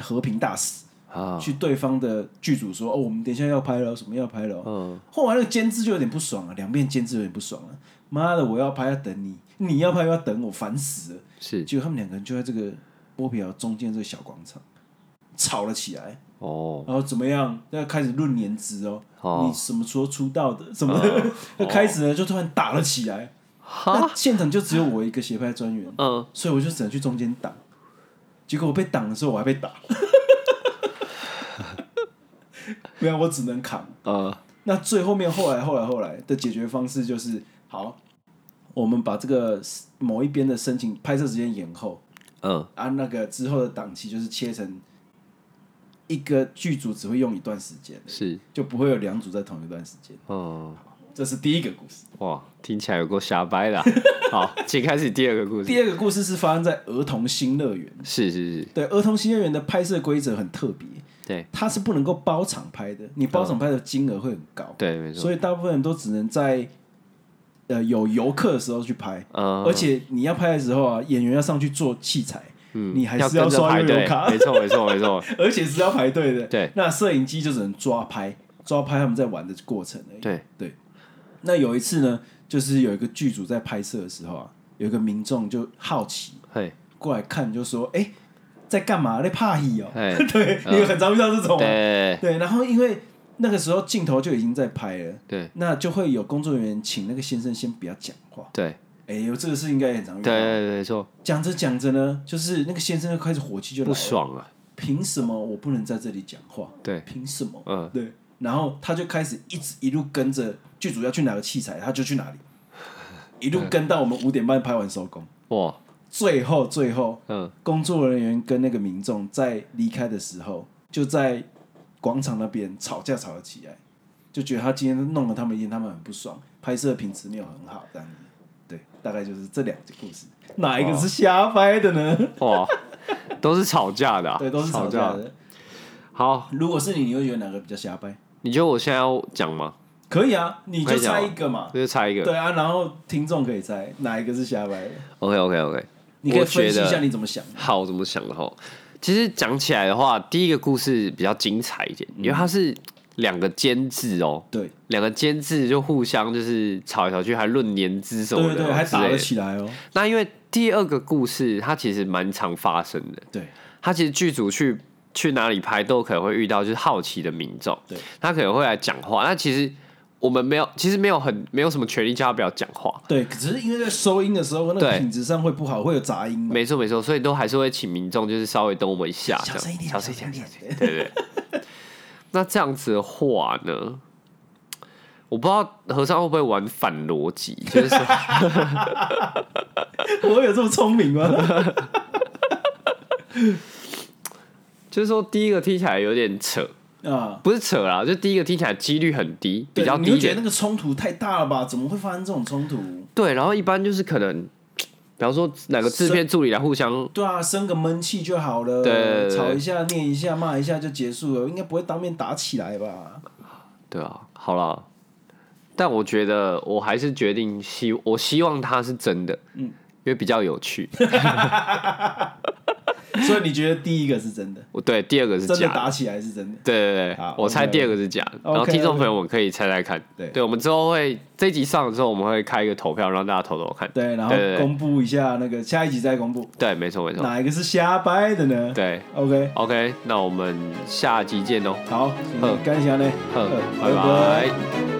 Speaker 2: 和平大使、
Speaker 1: 啊，
Speaker 2: 去对方的剧组说：“哦，我们等一下要拍了，什么要拍了哦。
Speaker 1: 嗯，
Speaker 2: 后来那个监制就有点不爽了、两边监制有点不爽了、啊妈的，我要拍要等你，你要拍又要等我，烦死了。
Speaker 1: 是
Speaker 2: 结果他们两个人就在这个波皮寮中间这个小广场吵了起来，
Speaker 1: 哦，
Speaker 2: 然后怎么样？要开始论年资哦，
Speaker 1: 哦
Speaker 2: 你什么时候出道的？什么 的？那、开始呢就突然打了起来。
Speaker 1: 哈，
Speaker 2: 那现场就只有我一个协拍专员，
Speaker 1: 嗯，
Speaker 2: 所以我就只能去中间挡。结果我被挡的时候，我还被打， 没有，我只能扛。
Speaker 1: 呃，
Speaker 2: 那最后面后来后来后来的解决方式就是，好，我们把这个某一边的申请拍摄时间延后，
Speaker 1: 嗯，
Speaker 2: 啊，那个之后的档期就是切成一个剧组只会用一段时间，
Speaker 1: 是，
Speaker 2: 就不会有两组在同一段时间。
Speaker 1: 嗯，
Speaker 2: 这是第一个故事。
Speaker 1: 哇，听起来有够瞎掰 的啊。好，请开始第二个故事。
Speaker 2: 第二个故事是发生在儿童新乐园。
Speaker 1: 是是是，
Speaker 2: 对，儿童新乐园的拍摄规则很特别，
Speaker 1: 对
Speaker 2: 它是不能够包场拍的，你包场拍的金额会很高，
Speaker 1: 对，没错，
Speaker 2: 所以大部分人都只能在呃有游客的时候去拍，
Speaker 1: 嗯，
Speaker 2: 而且你要拍的时候啊，演员要上去做器材，
Speaker 1: 嗯
Speaker 2: 你还是
Speaker 1: 要
Speaker 2: 要
Speaker 1: 跟着
Speaker 2: 刷
Speaker 1: 排
Speaker 2: 悠游
Speaker 1: 队，
Speaker 2: 卡
Speaker 1: 没错，没错，没 错，
Speaker 2: 而且是要排队的。
Speaker 1: 对，
Speaker 2: 那摄影机就只能抓拍，抓拍他们在玩的过程而已。
Speaker 1: 对，
Speaker 2: 那有一次呢，就是有一个剧组在拍摄的时候啊，有一个民众就好奇
Speaker 1: 嘿，
Speaker 2: 过来看，就说：“哎、在干嘛？在怕戏哦。
Speaker 1: 嘿，
Speaker 2: 对，
Speaker 1: 嗯
Speaker 2: 你有很常遇到这种、啊。
Speaker 1: 对，
Speaker 2: 对，然后因为那个时候镜头就已经在拍了，
Speaker 1: 对，
Speaker 2: 那就会有工作人员请那个先生先不要讲话。
Speaker 1: 对，
Speaker 2: 哎呦，这个事应该也很常遇
Speaker 1: 对，
Speaker 2: 到。
Speaker 1: 对，没错，
Speaker 2: 讲着讲着呢，就是那个先生就开始火气就来
Speaker 1: 不
Speaker 2: 了，
Speaker 1: 爽啊，
Speaker 2: 凭什么我不能在这里讲话？
Speaker 1: 对，
Speaker 2: 凭什么？
Speaker 1: 嗯，
Speaker 2: 对，然后他就开始一直一路跟着剧组要去哪个器材，他就去哪里，一路跟到我们五点半拍完收工。
Speaker 1: 哇，
Speaker 2: 最后，最后，
Speaker 1: 嗯，
Speaker 2: 工作人员跟那个民众在离开的时候，就在广场那边吵架吵了起来，就觉得他今天弄了他们一天，他们很不爽，拍摄品质没有很好，这样子。对，大概就是这两个故事，哪一个是瞎掰的呢？
Speaker 1: 哇，都是吵架的啊，
Speaker 2: 对，都是吵架的。
Speaker 1: 好，
Speaker 2: 如果是你，你会觉得哪个比较瞎掰？
Speaker 1: 你觉得我现在要讲吗？
Speaker 2: 可以啊，你
Speaker 1: 可
Speaker 2: 就
Speaker 1: 以讲
Speaker 2: 猜
Speaker 1: 吗
Speaker 2: 一个嘛。
Speaker 1: 就是猜一个
Speaker 2: 对啊，然后听众可以猜哪一个是瞎掰的，
Speaker 1: ，OK，OK，OK。
Speaker 2: 你可以
Speaker 1: 我觉
Speaker 2: 分
Speaker 1: 得
Speaker 2: 析一下你怎么想。
Speaker 1: 好，我怎么想的哈？其实讲起来的话，第一个故事比较精彩一点，
Speaker 2: 嗯
Speaker 1: 因为它是两个监制哦，
Speaker 2: 对
Speaker 1: 两个监制就互相就是吵来吵去，还论年资什
Speaker 2: 对
Speaker 1: 么
Speaker 2: 对
Speaker 1: 的，
Speaker 2: 对，还打了。起来哦。
Speaker 1: 那因为第二个故事，它其实蛮常发生的，
Speaker 2: 对
Speaker 1: 它其实剧组去去哪里拍都可能会遇到，就是好奇的民众，
Speaker 2: 对，
Speaker 1: 他可能会来讲话。那其实我们没有，其实没有很没有什么权利叫他不要讲话，
Speaker 2: 对，只是因为在收音的时候，那个
Speaker 1: 对
Speaker 2: 品质上会不好，会有杂音嘛。
Speaker 1: 没错没错，所以都还是会请民众就是稍微等我们一下，
Speaker 2: 小
Speaker 1: 这样
Speaker 2: 声一点
Speaker 1: 小声一点，
Speaker 2: 小
Speaker 1: 小
Speaker 2: 声一点
Speaker 1: 声一点对对。 那这样子的话呢，我不知道和尚会不会玩反逻辑，就是说
Speaker 2: 我有这么聪明吗？
Speaker 1: 就是说第一个听起来有点扯，
Speaker 2: 啊，
Speaker 1: 不是扯啦，就第一个听起来几率很低，比
Speaker 2: 对
Speaker 1: 较
Speaker 2: 你
Speaker 1: 低
Speaker 2: 会
Speaker 1: 一
Speaker 2: 觉得那
Speaker 1: 点。
Speaker 2: 个冲突太大了吧？怎么会发生这种冲突？
Speaker 1: 对，然后一般就是可能，比方说哪个制片助理来互相
Speaker 2: 对啊，生个闷气就好了，
Speaker 1: 对对对
Speaker 2: 吵一下、念一下、骂一下就结束了，应该不会当面打起来吧？
Speaker 1: 对啊，好啦，但我觉得我还是决定希，我希望它是真的，嗯，因为比较有趣。
Speaker 2: 所以你觉得第一个是 真的，
Speaker 1: 我对第二个是
Speaker 2: 真的
Speaker 1: 假的，
Speaker 2: 打起来是真的？
Speaker 1: 对对对
Speaker 2: 好，
Speaker 1: 我猜
Speaker 2: OK，OK
Speaker 1: 第二个是假的。然后
Speaker 2: OK，OK
Speaker 1: 听众朋友们可以猜猜看，
Speaker 2: 对
Speaker 1: 对我们之后会这一集上的时候，我们会开一个投票让大家投投看。
Speaker 2: 对，然后
Speaker 1: 对对对
Speaker 2: 公布一下那个下一集再公布
Speaker 1: 对，没错没错，
Speaker 2: 哪一个是瞎掰的呢？
Speaker 1: 对
Speaker 2: ，OK，
Speaker 1: ，OK，那我们下集见喽，哦
Speaker 2: 好
Speaker 1: 好，
Speaker 2: 感谢呢，
Speaker 1: 哼
Speaker 2: 好，
Speaker 1: 拜拜。